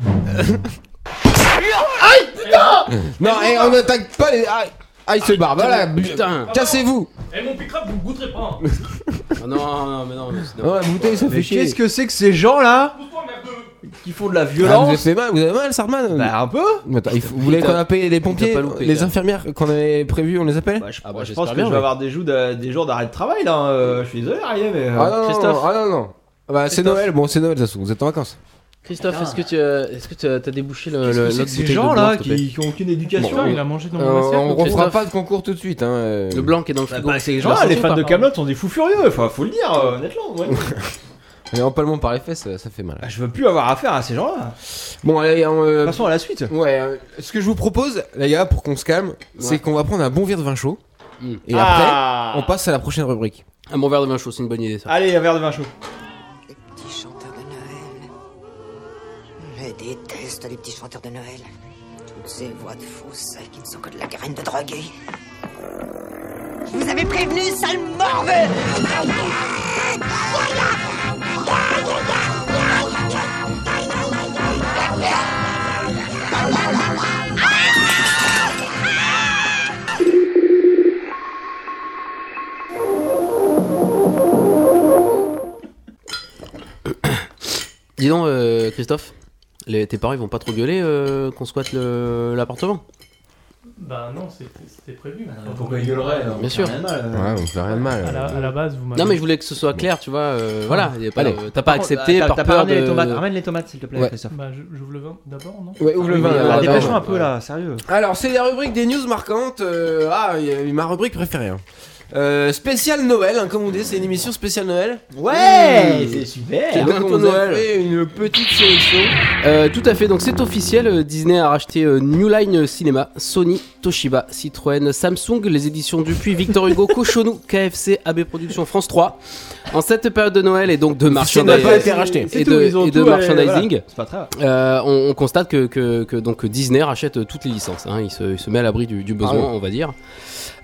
Speaker 4: Non, et on n'attaque pas les. Ah, ah, il se barre. Voilà,
Speaker 7: Putain.
Speaker 4: cassez-vous.
Speaker 1: et Eh, mon pick vous goûterez pas hein.
Speaker 7: Ah non, non, mais non, mais c'est- non.
Speaker 4: Non, la bouteille, ça fait
Speaker 5: Mais
Speaker 4: chier.
Speaker 5: qu'est-ce que c'est que ces gens là
Speaker 1: Pousse-toi, merdeux.
Speaker 5: qui font de la
Speaker 4: Ah, vous avez
Speaker 5: violence
Speaker 4: fait mal, vous avez mal, Sarman
Speaker 5: Bah un peu.
Speaker 4: Mais attends, il faut- vous voulez qu'on appelle les pompiers,
Speaker 7: pas loupé,
Speaker 4: les
Speaker 7: là.
Speaker 4: infirmières qu'on avait prévues, on les appelle
Speaker 5: Bah, je,
Speaker 7: Ah bah,
Speaker 5: je
Speaker 7: j'espère
Speaker 5: pense que
Speaker 7: bien,
Speaker 5: je vais
Speaker 7: ouais.
Speaker 5: avoir des, jours d'a- des jours d'arrêt de travail là. euh, je suis désolé, Ariel, mais. euh,
Speaker 4: Ah non, non,
Speaker 7: Christophe.
Speaker 4: non, ah non, non. Bah, c'est
Speaker 5: Christophe.
Speaker 4: Noël, bon, c'est Noël, de toute façon, vous êtes en vacances.
Speaker 7: Christophe,
Speaker 3: Attends.
Speaker 7: est-ce que tu euh, est-ce que tu as t'as débouché le,
Speaker 5: Qu'est-ce
Speaker 7: le-
Speaker 5: que c'est
Speaker 7: l'autre
Speaker 5: que ces
Speaker 7: bouteille de
Speaker 5: gens
Speaker 7: blanc,
Speaker 5: là
Speaker 7: s'il te plaît
Speaker 5: qui, qui ont aucune éducation
Speaker 1: Putain,
Speaker 4: Bon,
Speaker 1: il a mangé dans
Speaker 4: Euh,
Speaker 1: mon assiette.
Speaker 4: on
Speaker 1: donc,
Speaker 4: refera
Speaker 7: Christophe.
Speaker 4: pas le concours tout de suite. Hein. euh.
Speaker 7: Le blanc qui est dans le
Speaker 5: Bah,
Speaker 7: frigo.
Speaker 5: bah, ces
Speaker 7: Je
Speaker 5: gens,
Speaker 7: l'ai
Speaker 5: les
Speaker 7: ressenti,
Speaker 5: fans de
Speaker 7: par
Speaker 5: Camelot sont des fous furieux, enfin, faut le dire, euh, honnêtement. ouais.
Speaker 4: On est en palmant par les fesses, euh, ça fait mal.
Speaker 5: Ah, je veux plus avoir affaire à ces gens-là.
Speaker 4: Bon, allez, on, euh,
Speaker 5: Passons à la suite.
Speaker 4: ouais. euh, ce que je vous propose, les gars, pour qu'on se calme, c'est qu'on va prendre un bon verre de vin chaud.
Speaker 7: Mm.
Speaker 4: Et
Speaker 5: Ah.
Speaker 4: après, on passe à la prochaine rubrique.
Speaker 7: contre. Un bon verre de vin chaud, c'est une bonne idée ça.
Speaker 5: Allez, un verre de vin chaud.
Speaker 9: Les petits chanteurs de Noël. Je déteste les petits chanteurs de Noël. Toutes ces voix de faux secs qui ne sont que de la graine de drogué. Je vous avais prévenu, sale morveux
Speaker 7: Dis donc, euh, Christophe, les- tes parents ils vont pas trop gueuler euh, qu'on squatte le- l'appartement
Speaker 1: Bah non, c'était c'était prévu.
Speaker 5: Pourquoi ils gueuleraient
Speaker 7: Bien sûr.
Speaker 4: Ouais, on fait rien de mal.
Speaker 1: à, la, à la base, vous m'avez.
Speaker 7: Non mais je voulais que ce soit clair, tu vois. euh, voilà, il y a pas-
Speaker 4: Allez.
Speaker 7: euh, t'as pas accepté par
Speaker 5: T'as pas
Speaker 7: peur
Speaker 5: ramené les tomates.
Speaker 7: de.
Speaker 5: Ramène les tomates, s'il te plaît,
Speaker 4: Ouais.
Speaker 5: Christophe.
Speaker 1: Bah, je- j'ouvre le vin d'abord, non
Speaker 4: Ouais, ouvre le
Speaker 5: Oui,
Speaker 4: vin.
Speaker 5: mais,
Speaker 4: là,
Speaker 5: euh,
Speaker 4: là,
Speaker 5: Dépêchons
Speaker 4: là.
Speaker 5: un peu là, sérieux.
Speaker 4: Alors, c'est la rubrique des news marquantes. euh, ah, il y a ma rubrique préférée. hein. Euh, spécial Noël, hein, comme on dit, c'est une émission spéciale Noël.
Speaker 5: Ouais,
Speaker 4: Mmh.
Speaker 5: c'est super.
Speaker 4: Et
Speaker 7: Ah,
Speaker 4: donc,
Speaker 7: bientôt
Speaker 4: on a
Speaker 7: Noël.
Speaker 4: fait une petite sélection.
Speaker 7: Euh, tout à fait, donc c'est officiel, euh, Disney a racheté euh, New Line Cinema, Sony, Toshiba, Citroën, Samsung, les éditions Dupuis, Victor Hugo, Cochonou, KFC, AB Productions, France 3. En cette période de Noël et donc de
Speaker 4: n'a pas
Speaker 7: merchandising,
Speaker 4: été racheté.
Speaker 7: et
Speaker 5: tout,
Speaker 7: de,
Speaker 5: ils ont
Speaker 7: et de
Speaker 5: tout, allez,
Speaker 7: merchandising
Speaker 5: C'est pas grave.
Speaker 7: euh, on, on constate que, que- que donc Disney rachète euh, toutes les licences. hein. il, se, il se met à l'abri du, du besoin,
Speaker 4: Ah
Speaker 7: on va dire.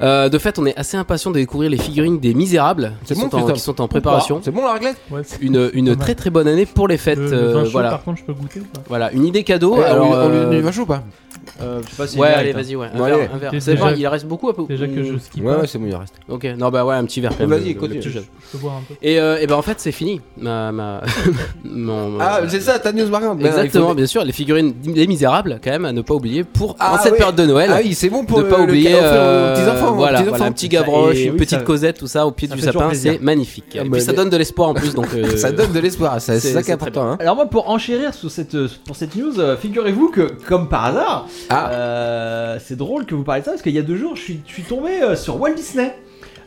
Speaker 7: Euh, de fait, on est assez impatient de découvrir les figurines des Misérables qui,
Speaker 4: C'est bon,
Speaker 7: sont, en,
Speaker 4: putain.
Speaker 7: qui sont en préparation.
Speaker 4: C'est bon la réglette
Speaker 1: Ouais, c'est-
Speaker 7: Une, une très très bonne année pour les fêtes.
Speaker 1: le, le
Speaker 7: euh,
Speaker 1: vin chaud,
Speaker 7: voilà.
Speaker 1: par contre, je peux goûter ou pas
Speaker 7: Voilà, une idée cadeau.
Speaker 4: Eh, on
Speaker 7: alors,
Speaker 4: lui- on lui
Speaker 7: euh,
Speaker 4: donne du vin chaud ou pas
Speaker 5: Euh, je sais pas si.
Speaker 7: ouais,
Speaker 5: direct,
Speaker 7: allez,
Speaker 5: hein.
Speaker 7: vas-y, ouais. Un
Speaker 4: Bon, allez.
Speaker 7: verre, un verre.
Speaker 1: Déjà-
Speaker 7: C'est bon, il reste beaucoup à peu.
Speaker 1: Déjà que je
Speaker 7: Ou-
Speaker 1: skip.
Speaker 4: Ouais,
Speaker 1: pas,
Speaker 4: ouais, c'est bon, il reste.
Speaker 7: Ok, non, bah ouais, un petit verre quand même.
Speaker 4: Vas-y,
Speaker 7: le- le
Speaker 4: continue.
Speaker 7: petit jeu.
Speaker 1: je peux boire un peu.
Speaker 7: Et, euh, et ben en fait, c'est fini. Ma, ma... mon-
Speaker 4: Ah, c'est ça, ta news marquante.
Speaker 7: Exactement, bien sûr, les figurines des Misérables, quand même, à ne pas oublier pour
Speaker 4: Ah,
Speaker 7: en cette
Speaker 4: ouais.
Speaker 7: période de Noël.
Speaker 4: Ah oui, c'est bon pour
Speaker 7: de
Speaker 4: ne
Speaker 7: Eh pas oublier
Speaker 4: aux
Speaker 7: euh,
Speaker 4: petits enfants.
Speaker 7: voilà, voilà, un petit gavroche,
Speaker 5: Et
Speaker 7: une
Speaker 5: oui,
Speaker 7: petite
Speaker 5: ça-
Speaker 7: Cosette, tout ça au pied
Speaker 5: ça
Speaker 7: du
Speaker 5: fait toujours
Speaker 7: sapin,
Speaker 5: plaisir.
Speaker 7: c'est magnifique.
Speaker 4: Ah,
Speaker 7: et
Speaker 4: bah,
Speaker 7: puis ça
Speaker 4: mais-
Speaker 7: donne de l'espoir en plus, donc euh,
Speaker 4: Ça donne de l'espoir, ça- c'est
Speaker 7: c'est-
Speaker 4: ça qui est
Speaker 7: c'est
Speaker 4: important. Hein.
Speaker 5: Alors moi pour enchérir sous cette, euh, pour cette news, euh, figurez-vous que comme par hasard,
Speaker 4: Ah.
Speaker 5: euh, c'est drôle que vous parlez de ça parce qu'il y a deux jours je suis, je suis tombé euh, sur Walt Disney.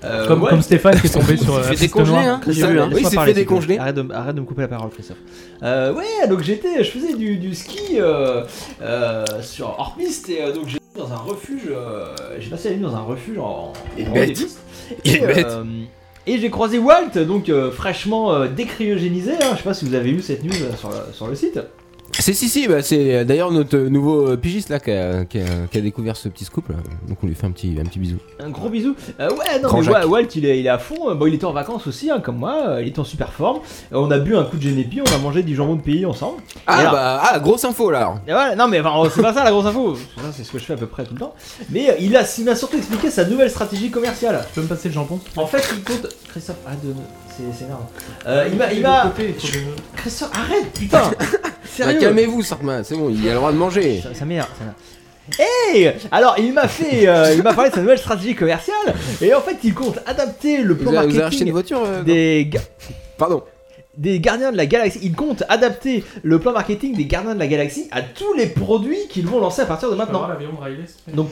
Speaker 5: Euh,
Speaker 1: Comme,
Speaker 5: Walt-
Speaker 1: comme Stéphane qui est tombé sur.
Speaker 7: il
Speaker 1: euh,
Speaker 7: fait
Speaker 1: la
Speaker 7: des
Speaker 1: piste
Speaker 7: congelés,
Speaker 1: noire.
Speaker 7: hein. J'ai
Speaker 5: Christophe,
Speaker 7: vu, hein.
Speaker 5: laisse-moi
Speaker 4: Oui, c'est
Speaker 5: parler,
Speaker 4: fait
Speaker 5: s'il te plaît.
Speaker 4: décongeler.
Speaker 5: Arrête de, m- arrête de me couper la parole, Christophe. Euh, ouais, donc j'étais, je faisais du, du ski euh, euh, sur hors piste et euh, donc j'étais dans un refuge. euh, j'ai passé la nuit dans un refuge en,
Speaker 4: Il est
Speaker 5: en haut
Speaker 4: bête.
Speaker 5: des pistes.
Speaker 4: Il est
Speaker 5: Et, euh,
Speaker 4: bête.
Speaker 5: et j'ai croisé Walt, donc euh, fraîchement euh, décryogénisé. hein. je sais pas si vous avez vu cette news euh, sur, le- sur le site.
Speaker 4: C'est si si, bah, c'est euh, d'ailleurs notre euh, nouveau euh, pigiste là qui a, qui a- qui a découvert ce petit scoop là. Donc on lui fait un petit, un petit bisou.
Speaker 5: Un gros bisou. Euh, ouais, non,
Speaker 4: Grand
Speaker 5: mais
Speaker 4: Jacques.
Speaker 5: Wa- Walt, il est, il est à fond. Euh, Bon, il était en vacances aussi, hein, comme moi. Euh, Il était en super forme. Euh, On a bu un coup de Genepi, on a mangé du jambon de pays ensemble.
Speaker 4: Ah
Speaker 5: alors
Speaker 4: bah ah, grosse info là. alors.
Speaker 5: Et voilà, non, mais enfin, oh, c'est pas ça la grosse info. Ça, C'est ce que je fais à peu près tout le temps. Mais euh, il a, il m'a surtout expliqué sa nouvelle stratégie commerciale.
Speaker 1: Tu peux me passer le jambon
Speaker 5: En fait, il compte. Christophe, arrête de. C'est c'est énorme. Euh, il va. Il va... Je- Christophe, arrête, putain
Speaker 4: Bah,
Speaker 5: Sérieux
Speaker 4: Calmez-vous Sartman, c'est bon, il a le droit de manger.
Speaker 5: Ça, ça m'énerve, ça m'énerve. Hey Alors, il m'a fait, euh, il m'a parlé de sa nouvelle stratégie commerciale, et en fait, il compte adapter le plan
Speaker 4: Vous avez, vous avez acheté une
Speaker 5: marketing
Speaker 4: voiture euh,
Speaker 5: des, ga-
Speaker 4: Pardon.
Speaker 5: des Gardiens de la Galaxie. Il compte adapter le plan marketing des Gardiens de la Galaxie à tous les produits qu'ils vont lancer à partir de maintenant.
Speaker 1: Maintenant, l'avion de Riley. c'est-
Speaker 5: Non.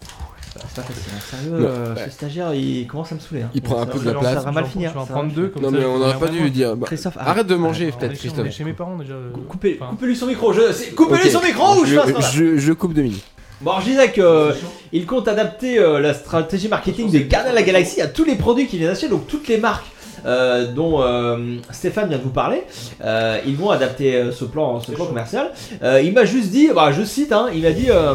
Speaker 5: C'est pas facile, hein. sérieux,
Speaker 4: Non,
Speaker 5: euh,
Speaker 4: ouais.
Speaker 5: ce stagiaire, il commence à me saouler. hein.
Speaker 4: Il prend un
Speaker 1: Ça
Speaker 4: peu de
Speaker 1: va
Speaker 4: la
Speaker 1: le
Speaker 4: place.
Speaker 5: Ça va mal
Speaker 1: Je vais en-
Speaker 5: finir,
Speaker 1: Je vais en
Speaker 5: ça
Speaker 1: prendre
Speaker 5: va.
Speaker 1: deux comme
Speaker 4: Non
Speaker 1: ça,
Speaker 4: mais on
Speaker 1: je
Speaker 4: n'aurait
Speaker 1: vais
Speaker 4: pas
Speaker 1: en
Speaker 4: dû lui dire. bah,
Speaker 5: Christophe, arrête.
Speaker 4: Arrête de manger
Speaker 5: Ah,
Speaker 1: prendre. On est
Speaker 4: peut-être
Speaker 1: chez- On est
Speaker 4: Christophe.
Speaker 1: chez mes parents déjà. euh,
Speaker 5: Coupez,
Speaker 1: enfin,
Speaker 5: coupez-lui son micro, je... c'est- coupez-lui
Speaker 4: Ok.
Speaker 5: son micro ou je fasse
Speaker 4: je,
Speaker 5: un-
Speaker 4: je, je coupe deux minutes.
Speaker 5: Bon, alors, je disais que, euh, il compte adapter euh, la stratégie marketing des Gardiens de la Galaxie à tous les produits qu'il vient d'acheter, donc toutes les marques euh, dont euh, Stéphane vient de vous parler. Euh, ils vont adapter euh, ce plan, ce plan commercial. Euh, il m'a juste dit, bah, je cite, hein, il m'a dit. euh,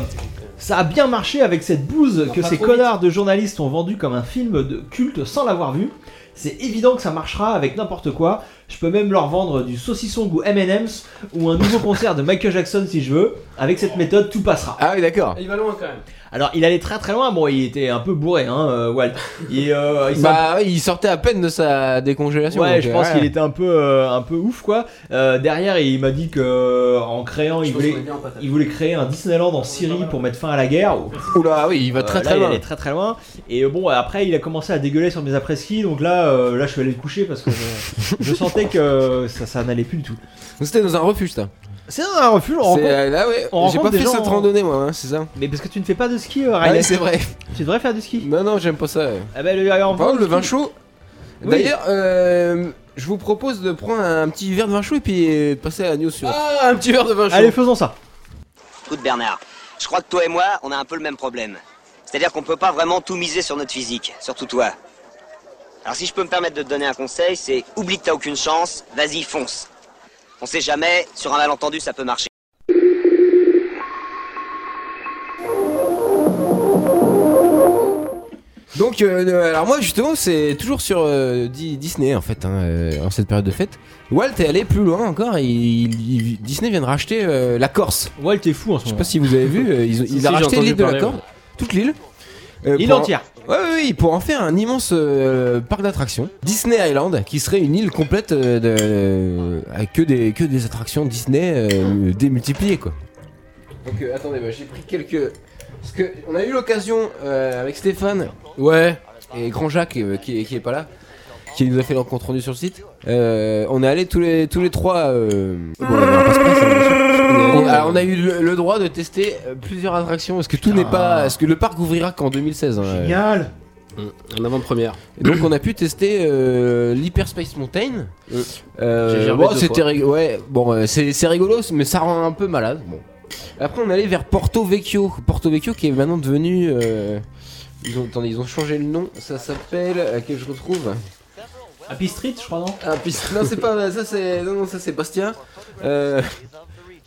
Speaker 5: ça a bien marché avec cette bouse que ces connards de journalistes ont vendu comme un film de culte sans l'avoir vu. C'est évident que ça marchera avec n'importe quoi. Je peux même leur vendre du saucisson goût M&M's ou un nouveau concert de Michael Jackson si je veux. Avec cette méthode, tout passera.
Speaker 4: Ah oui d'accord.
Speaker 7: Il va loin quand même.
Speaker 5: Alors il allait très très loin, bon il était un peu bourré hein euh, Walt. Et, euh, il s'en-
Speaker 4: Bah oui, il sortait à peine de sa décongélation.
Speaker 5: ouais
Speaker 4: donc,
Speaker 5: je
Speaker 4: euh,
Speaker 5: pense
Speaker 4: ouais.
Speaker 5: qu'il était un peu euh, un peu ouf quoi. Euh, derrière il m'a dit que euh, en créant il voulait, il voulait créer un Disneyland en Syrie pour mettre fin à la guerre.
Speaker 4: Oula oui, il va très
Speaker 5: Euh,
Speaker 4: très
Speaker 5: là,
Speaker 4: loin.
Speaker 5: Il allait très très loin. Et euh, bon après il a commencé à dégueuler sur mes après-ski donc là euh, là je suis allé le coucher parce que je, je sentais sentais que ça, ça n'allait plus du tout.
Speaker 4: Donc, C'était dans un refuge, ça.
Speaker 5: C'est un refuge, on
Speaker 4: C'est,
Speaker 5: rencontre.
Speaker 4: euh, là, ouais.
Speaker 5: on
Speaker 4: J'ai
Speaker 5: rencontre
Speaker 4: pas
Speaker 5: des
Speaker 4: fait
Speaker 5: gens
Speaker 4: cette
Speaker 5: en-
Speaker 4: randonnée, moi, hein, c'est ça.
Speaker 5: Mais parce que tu ne fais pas de ski, euh,
Speaker 4: Ah,
Speaker 5: Riley.
Speaker 4: oui, c'est vrai.
Speaker 5: tu devrais faire du ski.
Speaker 4: Non, non, j'aime pas ça. ouais.
Speaker 5: Ah bah, le, en
Speaker 4: Par
Speaker 5: vrai,
Speaker 4: contre, le vin chaud.
Speaker 5: Oui.
Speaker 4: D'ailleurs, euh, je vous propose de prendre un petit verre de vin chaud et puis euh, de passer à la news sur.
Speaker 7: Ah, un petit verre de vin chaud.
Speaker 5: Allez, faisons ça.
Speaker 9: Écoute Bernard, je crois que toi et moi, on a un peu le même problème. C'est-à-dire qu'on peut pas vraiment tout miser sur notre physique, surtout toi. Alors si je peux me permettre de te donner un conseil, c'est oublie que t'as aucune chance, vas-y fonce. On sait jamais, sur un malentendu ça peut marcher.
Speaker 4: Donc, euh, euh, alors moi justement, c'est toujours sur euh, Di- Disney en fait, hein, euh, en cette période de fête. Walt est allé plus loin encore. et il- il- Disney vient de racheter euh, la Corse.
Speaker 5: Walt t'es fou en ce
Speaker 4: Je sais
Speaker 5: moment.
Speaker 4: pas si vous avez vu, euh, ils ont- il,
Speaker 1: Si, si,
Speaker 4: a
Speaker 1: j'ai
Speaker 4: racheté
Speaker 1: entendu
Speaker 4: l'île de la
Speaker 1: parler,
Speaker 4: Corse,
Speaker 1: ouais.
Speaker 4: toute l'île. euh,
Speaker 5: Il
Speaker 4: pour en-
Speaker 5: entière.
Speaker 4: Ouais, ouais, ouais, pour en faire un immense euh, parc d'attractions. Disney Island, qui serait une île complète euh, de, avec que des, que des attractions Disney euh, démultipliées, quoi. Donc, euh, attendez, bah, j'ai pris quelques. Parce que on a eu l'occasion euh, avec Stéphane
Speaker 7: Ouais.
Speaker 4: et Grand Jacques, euh, qui, qui est pas là, qui nous a fait leur compte rendu sur le site. Euh, on est allés tous les, tous les trois. euh, bon, on va pas se prendre, ça, bien sûr. On- alors, on a eu le, le droit de tester euh, plusieurs attractions, parce que tout n'est pas. Parce que le parc ouvrira qu'en 2016. hein.
Speaker 5: Génial.
Speaker 7: En avant-première.
Speaker 4: Et donc on a pu tester euh, l'Hyperspace Mountain.
Speaker 7: Euh,
Speaker 4: Euh,
Speaker 7: j'ai gerbé
Speaker 4: bon,
Speaker 7: deux
Speaker 4: c'était rig- ouais, bon, euh, c'est c'est rigolo, mais ça rend un peu malade. Bon. Après on est allé vers Porto Vecchio, Porto Vecchio qui est maintenant devenu, euh, ils ont, attendez, ils ont changé le nom. Ça s'appelle euh, que je retrouve.
Speaker 5: Happy Street, je crois, non
Speaker 4: Ah, puis- non c'est pas ça, c'est non non ça c'est Bastia. Euh,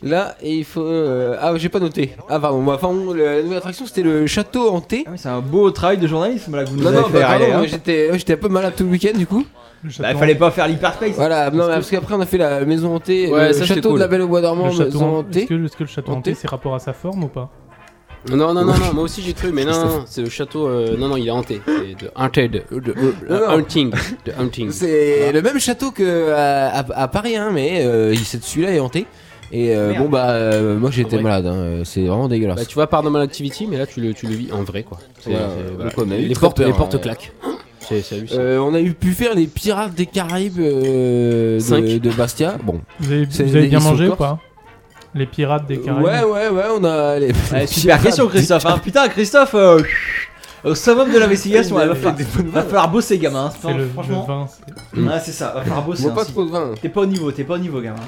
Speaker 4: là et il faut euh, ah j'ai pas noté. Ah pardon, bah, enfin on- la nouvelle attraction c'était le château hanté.
Speaker 5: Ah oui, c'est un beau travail de journalisme là que vous nous
Speaker 4: Non
Speaker 5: avez
Speaker 4: non,
Speaker 5: fait.
Speaker 4: bah, pardon,
Speaker 5: Riley, hein.
Speaker 4: moi, j'étais j'étais un peu malade tout le week-end du coup.
Speaker 1: Le
Speaker 5: Bah, il
Speaker 1: château-
Speaker 5: fallait pas faire l'hyperspace.
Speaker 4: Voilà, non, mais parce qu'après on a fait la maison hantée,
Speaker 7: Ouais,
Speaker 4: le
Speaker 7: ça, c'était
Speaker 4: château
Speaker 7: cool.
Speaker 4: de la Belle au Bois dormant,
Speaker 1: Le château
Speaker 4: maison
Speaker 1: hanté. Est-ce
Speaker 4: hantée.
Speaker 1: que, est-ce que le château
Speaker 4: Hanté.
Speaker 1: hanté, c'est rapport à sa forme ou pas
Speaker 7: Non, non, non, non, moi aussi j'ai cru, mais non, non, non, c'est le château. euh, non, non, il est hanté. C'est de Hunted. euh, De,
Speaker 4: non.
Speaker 7: Hunting. De Hunting.
Speaker 4: C'est le même château que à, à- à Paris, hein, mais euh, il- c'est- celui-là est hanté. Et euh,
Speaker 5: Merde.
Speaker 4: bon bah euh, moi j'étais
Speaker 7: Ouais.
Speaker 4: malade, hein, euh, c'est vraiment dégueulasse.
Speaker 7: Bah, tu vois, par normal activity, mais là tu le, tu le vis en vrai, quoi. C'est-
Speaker 4: Ouais,
Speaker 7: c'est-
Speaker 4: ouais,
Speaker 7: voilà.
Speaker 4: donc, on a eu
Speaker 7: les,
Speaker 4: très
Speaker 7: portes,
Speaker 4: peur,
Speaker 7: les
Speaker 4: hein.
Speaker 7: portes claquent. C'est c'est hallucinant.
Speaker 4: Euh, on a eu pu faire les pirates des Caraïbes euh,
Speaker 7: Cinq.
Speaker 4: de, de Bastia. Bon.
Speaker 1: Vous avez, vous
Speaker 4: C'est
Speaker 1: avez
Speaker 4: des-
Speaker 1: bien
Speaker 4: ils sont
Speaker 1: mangé ou
Speaker 4: corses.
Speaker 1: pas Les pirates des Caraïbes.
Speaker 4: Ouais ouais ouais on a les
Speaker 5: Ouais, super question, Christophe. hein. Putain, Christophe, euh, au summum de l'investigation, il va, falloir- va falloir bosser, gamin. hein.
Speaker 1: C'est le, le
Speaker 5: Franchement,
Speaker 1: vin. c'est-
Speaker 5: Ouais, c'est ça, va falloir bosser.
Speaker 4: Bon,
Speaker 5: hein,
Speaker 4: pas
Speaker 5: si-
Speaker 4: trop de vin.
Speaker 5: T'es pas au niveau, t'es pas au niveau, gamin.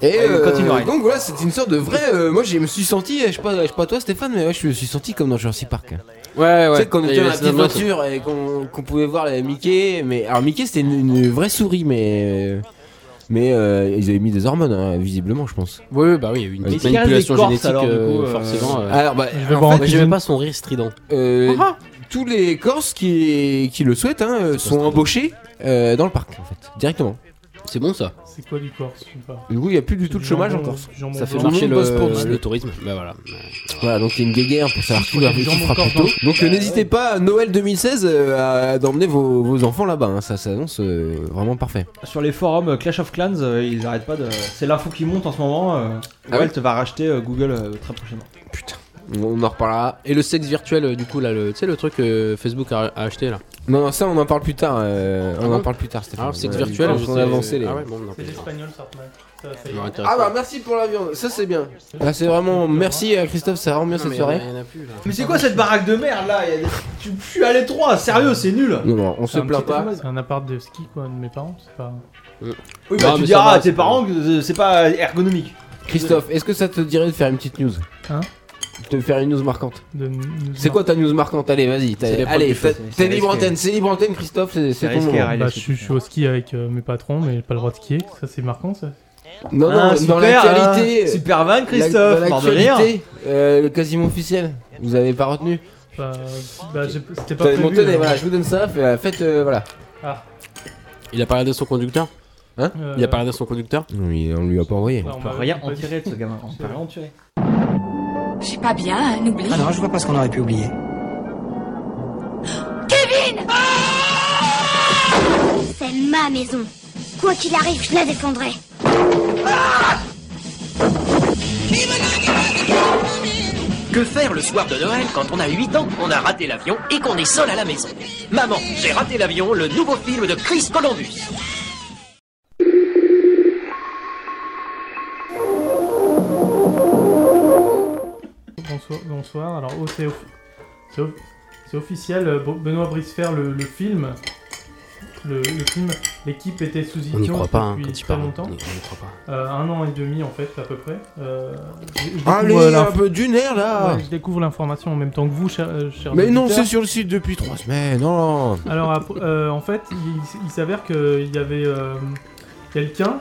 Speaker 4: Et
Speaker 5: Allez,
Speaker 4: euh,
Speaker 5: continue, Ryan.
Speaker 4: donc voilà, c'est une sorte de vrai. euh, moi, je me suis senti, je sais pas, je sais pas toi, Stéphane, mais ouais, je me suis senti comme dans Jurassic Park.
Speaker 7: ouais, ouais.
Speaker 4: Tu sais, quand on
Speaker 7: Et
Speaker 4: était dans la
Speaker 7: c'est
Speaker 4: petite
Speaker 7: normal,
Speaker 4: voiture et qu'on qu'on pouvait voir la Mickey, mais alors Mickey c'était une, une vraie souris, mais mais euh, ils avaient mis des hormones hein, visiblement, je pense.
Speaker 7: ça. Oui, oui, bah oui, une
Speaker 4: Qu'est-ce
Speaker 7: petite
Speaker 5: qu'il y a des
Speaker 7: manipulation
Speaker 5: Corses,
Speaker 7: génétique,
Speaker 5: alors, du
Speaker 7: euh,
Speaker 5: coup, euh,
Speaker 7: forcément. euh,
Speaker 4: Alors bah,
Speaker 1: Je vais
Speaker 4: en
Speaker 1: voir Ah, en
Speaker 4: fait,
Speaker 7: mais j'aimais
Speaker 1: cuisine.
Speaker 7: pas son rire strident.
Speaker 4: euh, tous les Corses qui qui le souhaitent hein, euh, sont embauchés euh, dans le parc en fait, directement.
Speaker 7: C'est bon ça.
Speaker 1: C'est quoi du Corse je sais pas.
Speaker 4: Du coup, il y a plus du tout de
Speaker 1: Du
Speaker 4: chômage en
Speaker 1: jambon-
Speaker 4: Corse.
Speaker 1: du jambon
Speaker 7: Ça fait
Speaker 1: blanc.
Speaker 7: marcher
Speaker 4: monde
Speaker 7: le,
Speaker 4: bosse pour Disney.
Speaker 7: le tourisme. Bah voilà.
Speaker 4: Voilà, donc il y a une guéguerre pour savoir qui
Speaker 1: Il y a
Speaker 4: va
Speaker 1: du
Speaker 4: qui
Speaker 1: jambon
Speaker 4: fera
Speaker 1: Corse hein.
Speaker 4: plus
Speaker 1: dans
Speaker 4: tôt. Donc euh, n'hésitez pas à Noël 2016 euh, à d'emmener vos, vos enfants là-bas, hein, ça s'annonce euh, vraiment parfait.
Speaker 5: Sur les forums euh, Clash of Clans, euh, ils arrêtent pas de. C'est l'info qui monte en ce moment. euh,
Speaker 4: Ah
Speaker 5: Walt va racheter euh, Google euh, très prochainement.
Speaker 4: On en reparlera
Speaker 7: Et le sexe virtuel, euh, du coup, là, le- tu sais, le truc que Facebook a, a acheté là.
Speaker 4: Non, non, ça on en parle plus tard. euh,
Speaker 7: Ah
Speaker 4: on en
Speaker 7: bon
Speaker 4: parle plus tard, Stéphane.
Speaker 7: Alors, le sexe
Speaker 4: Ouais,
Speaker 7: virtuel,
Speaker 4: on a avancé les.
Speaker 7: Ah ouais, bon, non,
Speaker 1: C'est l'espagnol, ça, ouais. Ça, ça y
Speaker 7: ça
Speaker 1: est.
Speaker 7: m'intéresse
Speaker 4: Ah
Speaker 7: pas.
Speaker 4: bah merci pour la viande, ça c'est bien. Là Ah, c'est vraiment merci à Christophe, ça rend bien
Speaker 7: Non,
Speaker 4: cette
Speaker 7: mais
Speaker 4: soirée.
Speaker 7: il y en a plus, là.
Speaker 5: Mais c'est quoi cette baraque de merde là Il y a des- Tu fuis à l'étroit, sérieux, euh, c'est nul
Speaker 4: Non, non, on
Speaker 1: C'est
Speaker 4: se
Speaker 1: un
Speaker 4: plaint
Speaker 1: petit-
Speaker 4: pas.
Speaker 1: C'est un appart de ski, quoi, de mes parents. C'est pas.
Speaker 5: Oui,
Speaker 7: bah,
Speaker 5: bah, tu
Speaker 7: Non, tu mais ça diras
Speaker 5: diras
Speaker 7: va, à
Speaker 5: à
Speaker 7: tes c'est
Speaker 5: tes
Speaker 7: pas parents
Speaker 5: parents que euh, c'est pas ergonomique.
Speaker 4: Christophe, est-ce que ça te dirait de faire une petite news
Speaker 1: Hein
Speaker 4: De faire une news marquante.
Speaker 1: de nous- Bah,
Speaker 4: C'est quoi ta news marquante Allez, vas-y. t'as-
Speaker 7: C'est les
Speaker 4: Allez,
Speaker 7: produits,
Speaker 4: t'as-
Speaker 5: c'est-
Speaker 4: t'es
Speaker 5: c'est
Speaker 4: libre
Speaker 5: risqué.
Speaker 4: antenne, c'est libre antenne, Christophe, c'est c'est ton moment.
Speaker 1: Bah, je, suis- je suis au ski avec euh, mes patrons, mais j'ai pas le droit de skier. Ça, c'est marquant, ça.
Speaker 4: Non, non, dans l'actualité.
Speaker 5: Super van,
Speaker 4: la-
Speaker 5: Ah, euh, Christophe,
Speaker 4: dans
Speaker 5: mort de rire.
Speaker 4: l'actualité, euh, quasiment officielle. Vous avez pas retenu.
Speaker 1: Bah, bah, j'ai- c'était pas
Speaker 4: T'avais
Speaker 1: prévu.
Speaker 4: monté,
Speaker 1: euh,
Speaker 4: voilà, je vous donne ça. fait- Faites, euh, voilà.
Speaker 1: Ah,
Speaker 7: Il a pas regardé son conducteur Hein
Speaker 1: euh,
Speaker 7: Il a pas regardé son conducteur
Speaker 4: Oui, on lui a pas envoyé.
Speaker 1: ouais, bah, on
Speaker 5: On peut
Speaker 1: m'a-
Speaker 5: rien
Speaker 1: on
Speaker 5: en
Speaker 1: m'a-
Speaker 5: tirer de ce gamin. On peut rien en tirer.
Speaker 10: Je suis pas bien, hein, n'oublie.
Speaker 9: non, je vois pas ce qu'on aurait pu oublier.
Speaker 10: C'est ma maison. Quoi qu'il arrive, je la défendrai.
Speaker 11: Que faire le soir de Noël quand on a 8 ans, on a raté l'avion et qu'on est seul à la maison Maman, j'ai raté l'avion, le nouveau film de Chris Columbus.
Speaker 1: Bonsoir. Alors, oh, c'est offi- c'est off- c'est officiel. euh, Bo- Benoît Bricefer, le, le film. Le, le film, l'équipe était sous
Speaker 7: On n'y
Speaker 1: ition
Speaker 7: croit pas hein,
Speaker 1: depuis
Speaker 7: quand il
Speaker 1: très
Speaker 7: parle.
Speaker 1: longtemps.
Speaker 7: On n'y on n'y croit pas.
Speaker 1: Euh, un an et demi en fait à peu près. Euh, je- je découvre
Speaker 4: Allez,
Speaker 1: l'inf-
Speaker 4: un peu d'une air là
Speaker 1: Ouais, je découvre l'information en même temps que vous, cher, euh, cher
Speaker 4: Mais non,
Speaker 1: auditeur.
Speaker 4: c'est sur le site depuis trois semaines, non
Speaker 1: Alors après- euh, en fait, il, il s'avère qu'il y avait euh, quelqu'un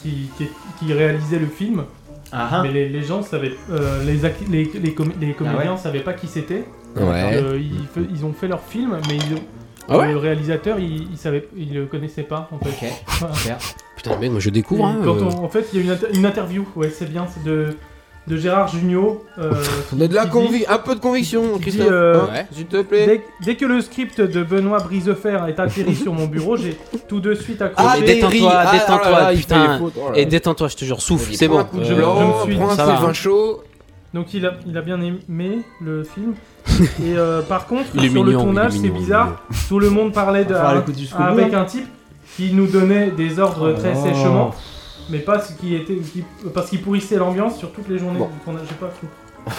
Speaker 1: qui, qui- qui réalisait le film,
Speaker 5: Ah, ah.
Speaker 1: mais les, les gens savaient, euh, les, ac- les, les comé- les comédiens
Speaker 5: Ah ouais.
Speaker 1: savaient pas qui c'était.
Speaker 4: Ouais.
Speaker 1: Euh, ils, fe- ils ont fait leur film, mais ils ont-
Speaker 7: Ah ouais
Speaker 1: le réalisateur, il, il savait, il le connaissait pas en fait. Voilà.
Speaker 7: Putain, mec, moi je découvre.
Speaker 1: Et
Speaker 7: hein,
Speaker 1: quand
Speaker 7: euh.
Speaker 1: on- en fait, il y a une, inter- une interview, ouais, c'est bien, c'est de, de Gérard Jugnot. euh,
Speaker 4: On a de la
Speaker 1: qui
Speaker 4: convi
Speaker 1: dit-
Speaker 4: un peu de conviction,
Speaker 1: qui dit,
Speaker 4: Christophe.
Speaker 1: euh,
Speaker 4: hein, S'il te plaît.
Speaker 1: Dès, dès que le script de Benoît Brisefer est atterri sur mon bureau, j'ai tout de suite accroché.
Speaker 7: Ah, mais détends-toi,
Speaker 4: Ah, oh là
Speaker 7: détends-toi,
Speaker 4: là, il fait les
Speaker 7: putain.
Speaker 4: fautes, oh là là.
Speaker 7: Et détends-toi, je te jure, souffle,
Speaker 4: Vas-y,
Speaker 7: c'est
Speaker 4: prends un
Speaker 7: bon.
Speaker 4: coup de
Speaker 7: Euh,
Speaker 4: blanc,
Speaker 1: je me suis-
Speaker 4: prends un
Speaker 7: ça
Speaker 4: coup de
Speaker 7: va.
Speaker 4: vin chaud.
Speaker 1: Donc il a, il a bien aimé le film. Et euh, par contre,
Speaker 7: Il est
Speaker 1: sur le
Speaker 7: mignon, il est
Speaker 1: tournage, c'est
Speaker 7: mignon,
Speaker 1: bizarre. Tout le monde parlait de,
Speaker 5: Faut aller écouter jusqu'au bout,
Speaker 1: Ah, avec
Speaker 5: hein.
Speaker 1: un type qui nous donnait des ordres très
Speaker 5: Oh.
Speaker 1: sèchement, mais pas ce qui était, qui- parce qu'il pourrissait l'ambiance sur toutes les journées
Speaker 4: Bon.
Speaker 1: du tournage. J'ai pas fou.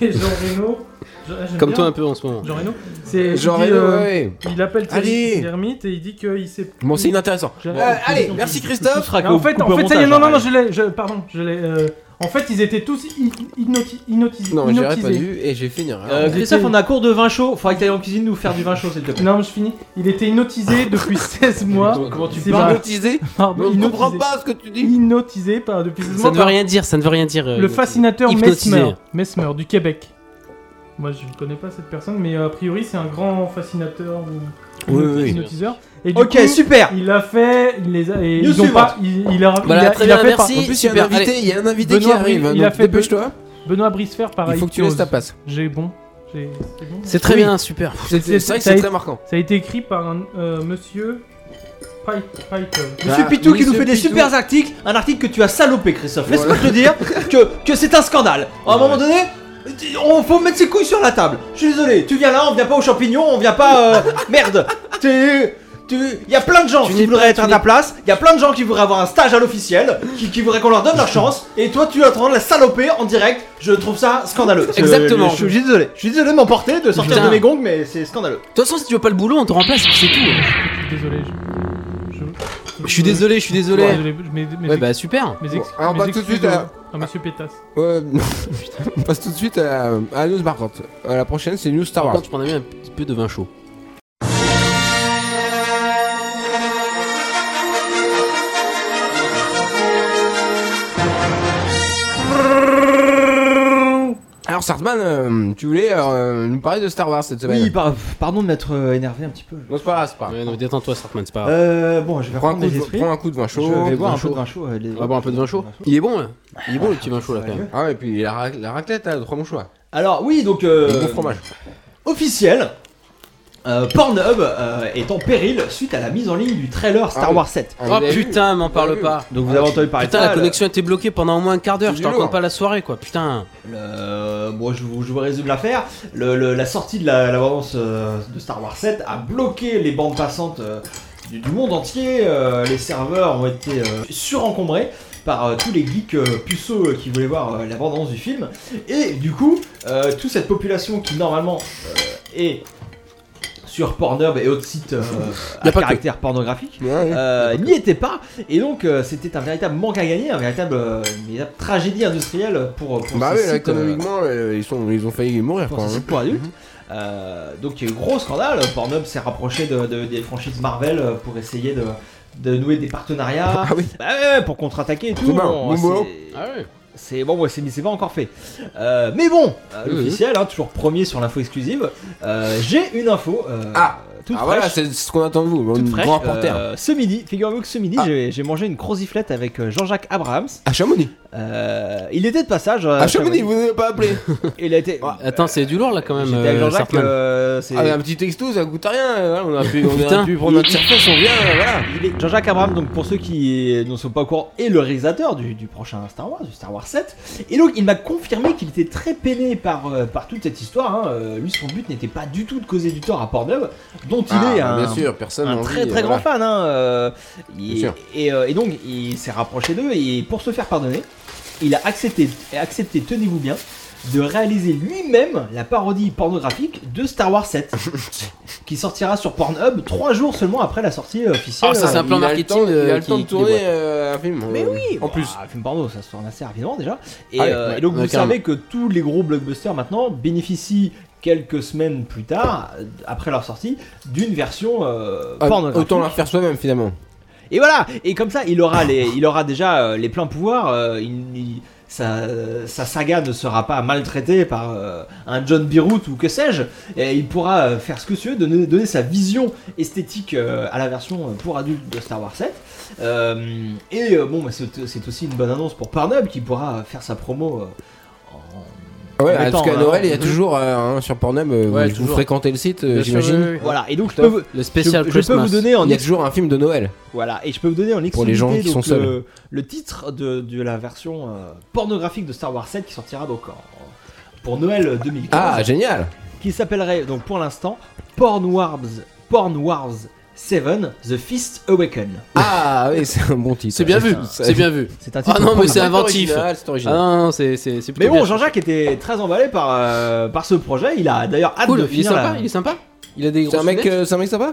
Speaker 1: Et Jean Reno, ah, j'aime
Speaker 7: Comme
Speaker 1: bien.
Speaker 7: toi un peu en ce moment.
Speaker 1: Jean Reno, c'est il
Speaker 4: Genre, eh,
Speaker 1: dit, euh,
Speaker 4: ouais.
Speaker 1: il appelle
Speaker 4: Allez.
Speaker 1: Thierry Lhermitte et il dit qu'il s'est
Speaker 4: Bon, c'est inintéressant.
Speaker 1: J'ai-
Speaker 4: Euh, allez, merci
Speaker 5: Tout
Speaker 4: Christophe.
Speaker 5: sera
Speaker 1: Ah, en fait,
Speaker 5: coupé
Speaker 1: en
Speaker 5: au
Speaker 1: fait, ça y est,
Speaker 5: montage, hein,
Speaker 1: non, non, non,
Speaker 5: arrête.
Speaker 1: je l'ai, je, pardon, je l'ai. euh, en fait, ils étaient tous hy- hypnoti- hypnotis-
Speaker 4: Non, mais j'ai pas
Speaker 1: hypnotisés.
Speaker 4: vu et j'ai fini. hein.
Speaker 5: Euh, Christophe, on a cours de vin chaud. Faudrait que t'ailles en cuisine nous faire du vin chaud, s'il te plaît.
Speaker 1: Non, mais je finis. Il était hypnotisé depuis 16 mois.
Speaker 5: Comment tu
Speaker 1: C'est
Speaker 5: parles
Speaker 1: vrai.
Speaker 4: Hypnotisé
Speaker 1: Pardon,
Speaker 4: Je comprends
Speaker 1: hypnotisé.
Speaker 4: pas ce que tu dis.
Speaker 1: Hypnotisé par, depuis 16
Speaker 7: Ça
Speaker 1: mois.
Speaker 7: ne veut
Speaker 1: par
Speaker 7: rien dire, ça ne veut rien dire. euh,
Speaker 1: Le fascinateur
Speaker 7: Hypnotisé.
Speaker 1: Mesmer. Mesmer, du Québec. Moi, je ne connais pas cette personne, mais euh, a priori, c'est un grand fascinateur ou
Speaker 4: Oui, oui.
Speaker 1: hypnotiseur. Et du
Speaker 5: Ok,
Speaker 1: coup,
Speaker 5: super.
Speaker 1: Il a fait, il les a, et
Speaker 5: News
Speaker 1: ils ont
Speaker 5: suivante.
Speaker 1: pas, il, il a,
Speaker 7: Voilà,
Speaker 1: il a,
Speaker 7: très
Speaker 1: il a
Speaker 7: bien,
Speaker 1: fait
Speaker 7: merci.
Speaker 4: En plus, il y a un
Speaker 7: Super,
Speaker 4: invité,
Speaker 7: allez.
Speaker 4: il y a un invité
Speaker 1: Benoît
Speaker 4: qui arrive. hein,
Speaker 1: Brie, il
Speaker 4: donc
Speaker 1: a fait
Speaker 4: Dépêche-toi.
Speaker 1: Benoît Bricefer, pareil.
Speaker 4: Il faut que tu laisses ta passe.
Speaker 1: J'ai bon, j'ai, c'est bon.
Speaker 7: C'est très
Speaker 4: Oui.
Speaker 7: bien, super.
Speaker 4: C'est c'est vrai que c'est très marquant.
Speaker 1: Ça a été écrit par un euh, monsieur Pike- Pike.
Speaker 5: Bah, Monsieur
Speaker 4: Ah,
Speaker 5: Pitou qui nous
Speaker 4: Monsieur
Speaker 5: fait des
Speaker 4: Pitou.
Speaker 5: super articles, un article que tu as salopé, Christophe. Laisse-moi
Speaker 4: Voilà.
Speaker 5: te dire que, que c'est un scandale. À un
Speaker 4: Ouais.
Speaker 5: moment donné, on faut mettre ses couilles sur la table. Je suis désolé, tu viens là, on vient pas aux champignons, on vient pas. euh, merde T'es. Tu... Y a plein de gens
Speaker 7: Tu
Speaker 5: qui
Speaker 7: n'es
Speaker 5: voudraient
Speaker 7: pas-
Speaker 5: être
Speaker 7: tu
Speaker 5: à
Speaker 7: n'es-
Speaker 5: ta place, y a plein de gens qui voudraient avoir un stage à l'officiel, qui, qui voudraient qu'on leur donne leur chance, et toi tu es en train de la saloper en direct, je trouve ça scandaleux. Je-
Speaker 7: Exactement.
Speaker 5: Euh, Je, suis désolé, je suis désolé de m'emporter, de sortir
Speaker 7: Putain.
Speaker 5: de mes gongs, mais c'est scandaleux.
Speaker 7: De toute façon, si tu veux pas le boulot, on te remplace, c'est tout.
Speaker 1: Désolé, je. Je,
Speaker 7: Je suis désolé, je suis désolé.
Speaker 1: Désolé, je- mes, mes,
Speaker 7: Ouais, bah super.
Speaker 1: mes
Speaker 4: Bon, alors,
Speaker 1: mes
Speaker 4: bah, tout de suite,
Speaker 1: excuses
Speaker 4: euh,
Speaker 1: au- à monsieur Pétasse.
Speaker 4: Ouais, on passe tout de suite à, à News marquante. À la prochaine, c'est News Star
Speaker 7: Par
Speaker 4: Wars.
Speaker 7: contre, je prendrais bien un petit peu de vin chaud.
Speaker 4: Alors, Sartman, euh, tu voulais euh, nous parler de Star Wars cette semaine
Speaker 5: Oui, par- pardon de m'être euh, énervé un petit peu.
Speaker 4: Non, c'est pas grave, c'est pas grave.
Speaker 7: Ouais, non, détends-toi, Sartman, c'est pas grave.
Speaker 5: Euh, bon, je vais
Speaker 4: Prends un,
Speaker 5: reprendre
Speaker 4: coup
Speaker 5: mes
Speaker 4: de,
Speaker 5: esprits.
Speaker 4: prends un coup de vin chaud.
Speaker 5: Je vais boire un
Speaker 4: vin
Speaker 5: peu de
Speaker 4: chaud.
Speaker 5: vin chaud. euh, les-
Speaker 7: On va boire un peu de vin chaud. Il est bon, là. Il est bon, le petit vin chaud, là, quand même.
Speaker 4: Ah, et puis la, ra- la raclette, là, de trois bons choix.
Speaker 5: Alors oui, donc euh,
Speaker 4: Bon fromage.
Speaker 5: officiel, euh, Pornhub euh, est en péril suite à la mise en ligne du trailer Star
Speaker 4: Ah oui.
Speaker 5: Wars 7.
Speaker 4: Ah, vous
Speaker 7: Oh
Speaker 4: avez vu
Speaker 7: putain, m'en
Speaker 4: Ah,
Speaker 7: parle
Speaker 4: oui.
Speaker 7: pas.
Speaker 5: Donc vous avez entendu parler
Speaker 7: Putain,
Speaker 5: de ça. euh,
Speaker 7: la
Speaker 5: le-
Speaker 7: connexion était bloquée pendant au moins un quart d'heure.
Speaker 4: C'est
Speaker 7: Je
Speaker 4: du
Speaker 7: te raconte
Speaker 4: lourd.
Speaker 7: pas la soirée, quoi. Putain.
Speaker 5: le- bon, je vous, je vous résume l'affaire. Le- le- la sortie de la, la bande-annonce, euh, de Star Wars 7 a bloqué les bandes passantes euh, du, du monde entier. Euh, les serveurs ont été euh, surencombrés par euh, tous les geeks euh, puceaux euh, qui voulaient voir euh, la bande-annonce du film. Et du coup, euh, toute cette population qui normalement euh, est sur Pornhub et autres sites euh,
Speaker 7: Y
Speaker 5: à
Speaker 7: a pas que.
Speaker 5: caractère pornographique
Speaker 4: Ouais, ouais. Bah
Speaker 5: euh, n'y était pas. Et donc, euh, c'était un véritable manque à gagner, un véritable, euh, une véritable tragédie industrielle pour, pour ce
Speaker 4: Bah oui,
Speaker 5: site,
Speaker 4: là,
Speaker 5: euh,
Speaker 4: économiquement, euh, ils, sont, ils ont failli mourir
Speaker 5: pour
Speaker 4: quoi.
Speaker 5: ce
Speaker 4: hein.
Speaker 5: site pour adultes. Euh, donc, il y a eu gros scandale. Pornhub s'est rapproché de, de- des franchises Marvel euh, pour essayer de, de nouer des partenariats,
Speaker 4: Ah oui.
Speaker 5: bah ouais, pour contre-attaquer et tout.
Speaker 4: C'est bien, bon
Speaker 5: c'est-
Speaker 4: boulot.
Speaker 7: Ah ouais.
Speaker 5: c'est bon, ouais, c'est mais c'est pas encore fait. Euh, mais bon, euh,
Speaker 4: Oui,
Speaker 5: l'officiel, hein, toujours premier sur l'info exclusive. Euh, J'ai une info. euh,
Speaker 4: Ah.
Speaker 5: toute
Speaker 4: Ah voilà,
Speaker 5: fraîche.
Speaker 4: c'est ce qu'on attend de vous,
Speaker 5: Toute
Speaker 4: un
Speaker 5: fraîche,
Speaker 4: grand reporter.
Speaker 5: euh, ce midi, figurez-vous que ce midi,
Speaker 4: Ah.
Speaker 5: j'ai j'ai mangé une croziflette avec euh, Jean-Jacques Abrahams.
Speaker 4: À Chamonix.
Speaker 5: Euh, il était de passage. euh,
Speaker 4: À Chamonix, vous n'avez pas appelé.
Speaker 5: Chamonix. Il a été. euh,
Speaker 7: Attends, c'est du lourd, là, quand même.
Speaker 5: J'étais avec
Speaker 7: euh,
Speaker 5: Jean-Jacques.
Speaker 7: Sartman.
Speaker 5: euh, c'est-
Speaker 4: Ah, mais un petit texto, ça coûte rien. euh, voilà, On a pu, on
Speaker 7: Putain.
Speaker 4: a pu prendre notre surface, on vient, euh, voilà.
Speaker 5: il est- Jean-Jacques Abraham, donc pour ceux qui ne sont pas au courant, est le réalisateur du, du prochain Star Wars, du Star Wars 7. Et donc il m'a confirmé qu'il était très peiné par, euh, par toute cette histoire. hein. Euh, Lui, son but n'était pas du tout de causer du tort à Pornhub, dont il
Speaker 4: Ah,
Speaker 5: est
Speaker 7: hein.
Speaker 4: bah,
Speaker 5: un,
Speaker 4: bien sûr, personne
Speaker 5: un
Speaker 4: n'en
Speaker 5: très
Speaker 4: vit,
Speaker 5: très
Speaker 4: euh,
Speaker 5: grand
Speaker 4: voilà.
Speaker 5: fan. Hein, euh, il-
Speaker 4: Bien sûr.
Speaker 5: et, euh, et donc il s'est rapproché d'eux et pour se faire pardonner, il a accepté, accepté tenez-vous bien, de réaliser lui-même la parodie pornographique de Star Wars 7, qui sortira sur Pornhub trois jours seulement après la sortie officielle.
Speaker 7: Ah, ça, c'est
Speaker 5: Euh,
Speaker 7: un plan
Speaker 5: il a le
Speaker 7: marketing,
Speaker 5: temps-
Speaker 7: euh,
Speaker 5: il a le
Speaker 7: qui-
Speaker 5: temps de
Speaker 7: qui
Speaker 5: tourner,
Speaker 7: déboîte.
Speaker 5: euh,
Speaker 4: un film. hein.
Speaker 5: Mais oui,
Speaker 4: en plus.
Speaker 5: Un film porno, ça se tourne assez rapidement déjà. Et,
Speaker 4: Ah ouais,
Speaker 5: euh,
Speaker 4: ouais,
Speaker 5: et donc,
Speaker 4: ouais,
Speaker 5: vous
Speaker 4: carrément.
Speaker 5: savez que tous les gros blockbusters maintenant bénéficient quelques semaines plus tard, euh, après leur sortie, d'une version euh,
Speaker 4: Ah,
Speaker 5: pornographique.
Speaker 4: autant la faire soi-même finalement.
Speaker 5: Et voilà, et comme ça, il aura, les, il aura déjà euh, les pleins pouvoirs. euh, il- il- sa, sa saga ne sera pas maltraitée par euh, un John Birut ou que sais-je. Et il pourra euh, faire ce que tu veux, donner, donner sa vision esthétique euh, à la version euh, pour adultes de Star Wars 7. Euh, et euh, bon, bah, c'est c'est aussi une bonne annonce pour Pornhub qui pourra euh, faire sa promo. euh,
Speaker 4: Ouais,
Speaker 5: En mettant,
Speaker 4: parce qu'à
Speaker 5: euh,
Speaker 4: Noël, il y a
Speaker 5: mhm.
Speaker 4: toujours euh, hein, sur Pornhub, euh,
Speaker 7: Ouais,
Speaker 4: vous- vous
Speaker 7: toujours.
Speaker 4: fréquentez le site,
Speaker 7: Bien
Speaker 4: euh,
Speaker 7: sûr,
Speaker 4: j'imagine.
Speaker 7: oui, oui.
Speaker 5: Voilà, et donc je peux vous,
Speaker 7: Le spécial
Speaker 5: je, je peux
Speaker 7: Christmas.
Speaker 5: vous donner en
Speaker 4: Il y a
Speaker 5: ex-
Speaker 4: toujours un film de Noël.
Speaker 5: Voilà, et je peux vous donner en exclusivité
Speaker 4: Pour les gens qui
Speaker 5: donc,
Speaker 4: sont seuls.
Speaker 5: Le, le titre de, de la version euh, pornographique de Star Wars 7 qui sortira donc en- en- pour Noël 2015.
Speaker 4: Ah, génial
Speaker 5: Qui s'appellerait donc pour l'instant Porn Wars, Porn Wars 7 The Fist Awaken.
Speaker 4: Ah oui, c'est un bon titre.
Speaker 7: C'est bien vu,
Speaker 4: Ça-
Speaker 7: c'est bien vu.
Speaker 5: C'est un titre
Speaker 7: Ah non, mais c'est
Speaker 5: original,
Speaker 7: inventif.
Speaker 4: original, c'est
Speaker 7: Ah
Speaker 4: original.
Speaker 7: non, non, c'est c'est- c'est plutôt
Speaker 5: Mais bon,
Speaker 7: bien.
Speaker 5: Jean-Jacques était très emballé par, euh, par ce projet. Il a d'ailleurs hâte
Speaker 7: Cool,
Speaker 5: de
Speaker 7: il est
Speaker 5: finir.
Speaker 7: sympa,
Speaker 5: la-
Speaker 7: il est sympa. Il a des
Speaker 4: C'est
Speaker 7: grosses
Speaker 4: un mec,
Speaker 7: lunettes.
Speaker 4: euh, c'est un mec sympa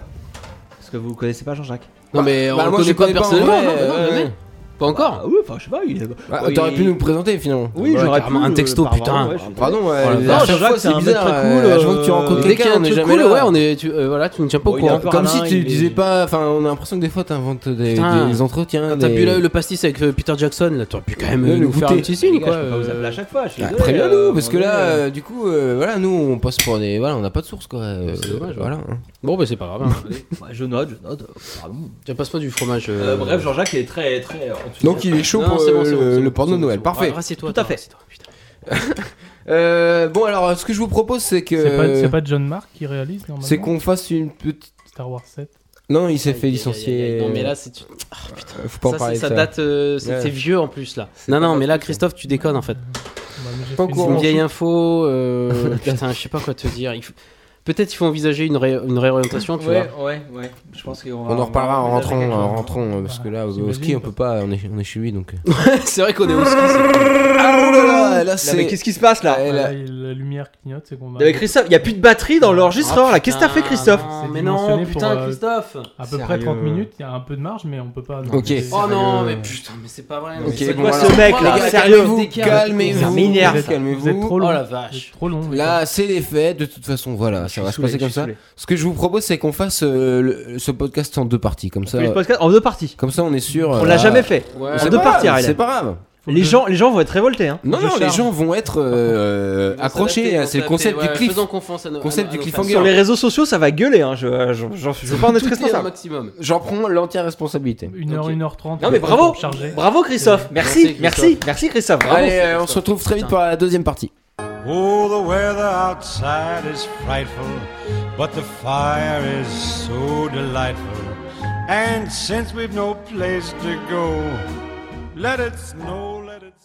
Speaker 5: Parce que vous connaissez pas Jean-Jacques.
Speaker 7: Non, mais on
Speaker 4: Bah,
Speaker 7: le
Speaker 4: moi, je
Speaker 7: connaît pas
Speaker 4: connais pas en
Speaker 7: personnellement.
Speaker 4: vrai,
Speaker 7: non, non,
Speaker 4: ouais,
Speaker 7: mais
Speaker 4: ouais.
Speaker 7: Pas
Speaker 5: Ah
Speaker 7: encore.
Speaker 5: oui, enfin, je sais pas. Il est...
Speaker 4: Bah,
Speaker 7: Ah,
Speaker 5: Bon,
Speaker 4: T'aurais
Speaker 5: il-
Speaker 4: pu nous présenter finalement.
Speaker 5: Oui,
Speaker 7: Ouais,
Speaker 5: j'aurais pu. euh,
Speaker 7: carrément, un texto,
Speaker 5: par-
Speaker 7: putain.
Speaker 5: ouais, je-
Speaker 4: Pardon, ouais,
Speaker 7: Voilà.
Speaker 4: la
Speaker 7: Non,
Speaker 4: dernière
Speaker 5: Jean-Jacques,
Speaker 4: fois,
Speaker 5: c'est un mec
Speaker 4: bizarre,
Speaker 5: très cool,
Speaker 4: euh, Je vois que tu
Speaker 5: euh,
Speaker 4: rencontres
Speaker 7: Dès qu'il y
Speaker 4: quelqu'un,
Speaker 7: a un
Speaker 4: on est
Speaker 7: truc
Speaker 4: jamais
Speaker 7: cool,
Speaker 4: là.
Speaker 7: ouais, on est, tu, euh, voilà, tu nous tiens pas
Speaker 5: Bon,
Speaker 7: au
Speaker 5: il
Speaker 7: courant.
Speaker 5: est un peu
Speaker 4: Comme si
Speaker 5: Parrain,
Speaker 4: tu
Speaker 5: il est-
Speaker 4: disais pas. Enfin, on a l'impression que des fois, t'inventes des,
Speaker 7: Putain.
Speaker 4: des entretiens.
Speaker 7: T'as
Speaker 4: des-
Speaker 7: pu le, le pastis avec euh, Peter Jackson, là, t'aurais pu quand même
Speaker 4: Le-
Speaker 7: euh,
Speaker 4: le
Speaker 7: nous faire
Speaker 4: goûter.
Speaker 7: un petit
Speaker 5: Les
Speaker 7: signe,
Speaker 5: gars,
Speaker 7: quoi.
Speaker 5: je peux pas vous appeler à chaque fois. je suis
Speaker 4: Ah,
Speaker 5: désolé,
Speaker 4: très bien,
Speaker 5: euh,
Speaker 4: nous, parce que là,
Speaker 5: on est, euh,
Speaker 4: euh, du coup, euh, voilà, nous, on passe pour des. Voilà, on n'a pas de source, quoi. euh,
Speaker 7: C'est dommage, ouais.
Speaker 4: Voilà. hein.
Speaker 7: Bon, bah c'est pas grave. hein.
Speaker 5: ouais, je note, je note. euh, pardon.
Speaker 7: Tiens, passe-moi du fromage. euh,
Speaker 5: Euh, bref, Jean-Jacques est très, très. euh, enthousiaste.
Speaker 4: Donc, il est chaud
Speaker 7: Non,
Speaker 4: pour
Speaker 7: c'est bon,
Speaker 4: euh,
Speaker 7: c'est bon, c'est
Speaker 4: le-
Speaker 7: bon,
Speaker 4: le porno
Speaker 7: c'est
Speaker 4: de
Speaker 7: bon,
Speaker 4: Noël.
Speaker 7: c'est bon.
Speaker 4: Parfait.
Speaker 7: Ah, Rassis-toi,
Speaker 5: Tout à
Speaker 7: toi,
Speaker 5: fait.
Speaker 7: rassis-toi, putain.
Speaker 4: Euh, Bon, alors, ce que je vous propose, c'est
Speaker 1: C'est pas, c'est
Speaker 4: que.
Speaker 1: pas John Mark qui réalise normalement
Speaker 4: C'est qu'on fasse une petite.
Speaker 1: Star Wars 7.
Speaker 4: Non, il s'est
Speaker 7: Aïe,
Speaker 4: fait
Speaker 7: aïe, aïe,
Speaker 4: licencier.
Speaker 7: aïe. Non, mais là, c'est. tu- Ah, putain.
Speaker 4: Faut pas en
Speaker 7: ça,
Speaker 4: parler
Speaker 7: c'est- ça
Speaker 4: de ça.
Speaker 7: date, euh, c'est
Speaker 4: Ouais.
Speaker 7: c'est vieux en plus là. Non, non, mais là, Christophe, tu déconnes en fait.
Speaker 1: Bah, mais j'ai
Speaker 4: Pas
Speaker 1: fait
Speaker 4: au courant.
Speaker 1: une-
Speaker 7: Une vieille info, euh, putain, je sais pas quoi te dire. Il faut- Peut-être il faut envisager une, ré- une réorientation, tu vois.
Speaker 5: Ouais, ouais, ouais. Je pense qu'on va-
Speaker 4: On en reparlera en
Speaker 5: on va
Speaker 4: rentrant,
Speaker 5: ménager quelque
Speaker 4: en
Speaker 5: chose.
Speaker 4: rentrant, euh, parce que là, au
Speaker 1: j'imagine,
Speaker 4: ski, on
Speaker 1: quoi.
Speaker 4: peut pas, on est, on est chez lui, donc. euh.
Speaker 7: c'est vrai qu'on est au ski, c'est-
Speaker 4: Ah là là, là,
Speaker 5: Non, mais
Speaker 4: c'est.
Speaker 5: qu'est-ce qui se passe là
Speaker 4: Elle a-
Speaker 1: Ouais, et la lumière clignote, c'est qu'on va
Speaker 5: Non, mais Christophe, il y a plus de batterie dans l'enregistreur là. Qu'est-ce que t'as fait,
Speaker 7: Ah,
Speaker 5: Christophe
Speaker 7: non,
Speaker 1: C'est
Speaker 7: Mais
Speaker 1: dimensionné
Speaker 7: non,
Speaker 1: pour,
Speaker 7: putain,
Speaker 1: euh,
Speaker 7: Christophe
Speaker 1: à peu près
Speaker 5: Sérieux.
Speaker 1: 30 minutes, il y a un peu de marge, mais on peut pas. non,
Speaker 4: Ok.
Speaker 1: mais-
Speaker 7: Oh non, mais putain, mais c'est pas vrai. mais
Speaker 4: Ok,
Speaker 7: c'est
Speaker 4: bon,
Speaker 7: quoi
Speaker 4: alors-
Speaker 7: ce mec
Speaker 5: Les gars,
Speaker 7: là
Speaker 5: calmez-vous,
Speaker 7: Sérieux
Speaker 4: calmez-vous.
Speaker 5: Ça m'énerve, ça.
Speaker 1: Vous êtes trop
Speaker 4: Calmez-vous.
Speaker 1: long.
Speaker 7: Oh la
Speaker 1: Vous
Speaker 7: vache.
Speaker 1: êtes trop long.
Speaker 4: Là, c'est les faits, de toute façon, voilà, ça va se passer comme ça. Ce que je vous propose, c'est qu'on fasse euh, le- ce podcast en deux parties, comme ça. euh,
Speaker 5: Le podcast en deux parties.
Speaker 4: Comme ça, on est sûr.
Speaker 5: On
Speaker 4: euh,
Speaker 5: l'a
Speaker 4: là-
Speaker 5: jamais fait.
Speaker 7: Ouais.
Speaker 5: En
Speaker 4: C'est pas
Speaker 5: deux
Speaker 4: grave,
Speaker 5: parties, Ariel.
Speaker 4: C'est pas grave.
Speaker 1: Faut
Speaker 5: Les
Speaker 1: que-
Speaker 5: gens, les gens vont être révoltés. Hein.
Speaker 4: Non,
Speaker 1: Je
Speaker 4: non, les
Speaker 1: charge.
Speaker 4: gens vont être euh,
Speaker 7: On va s'adapter,
Speaker 4: accrochés.
Speaker 7: on
Speaker 4: hein,
Speaker 7: va
Speaker 4: C'est le
Speaker 7: s'adapter,
Speaker 4: concept du
Speaker 7: ouais,
Speaker 4: cliff.
Speaker 7: faisons confiance à nos-
Speaker 4: Concept
Speaker 7: à
Speaker 4: du
Speaker 7: nos
Speaker 4: cliffhanger.
Speaker 7: fans.
Speaker 5: Sur les réseaux sociaux, ça va gueuler. Hein. Je, je, je, je veux pas en être
Speaker 7: Tout est un
Speaker 5: responsable.
Speaker 7: maximum.
Speaker 4: J'en prends l'entière responsabilité.
Speaker 1: 1h,
Speaker 7: Ok.
Speaker 1: 1h30.
Speaker 5: Non mais bravo,
Speaker 1: Chargé.
Speaker 5: bravo Christophe. Merci,
Speaker 7: Merci,
Speaker 5: merci, merci Christophe. Bravo.
Speaker 4: Allez, euh, on se retrouve très vite pour la deuxième partie.
Speaker 6: Oh, the weather outside is frightful, but the fire is so delightful. And since we've no place to go, let it snow, let it snow.